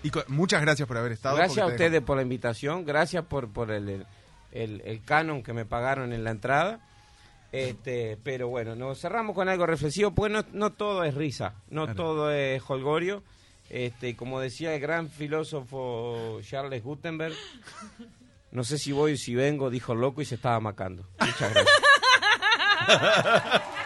[SPEAKER 3] Y co- muchas gracias por haber estado.
[SPEAKER 4] Gracias a
[SPEAKER 3] porque te
[SPEAKER 4] ustedes por la invitación, gracias por, por el, el, el- el canon que me pagaron en la entrada. Este, pero bueno, nos cerramos con algo reflexivo, pues no, no todo es risa, no
[SPEAKER 3] Claro.
[SPEAKER 4] todo es holgorio. Este, como decía el gran filósofo Charles Gutenberg, no sé si voy o si vengo, dijo el loco y se estaba macando. Muchas gracias.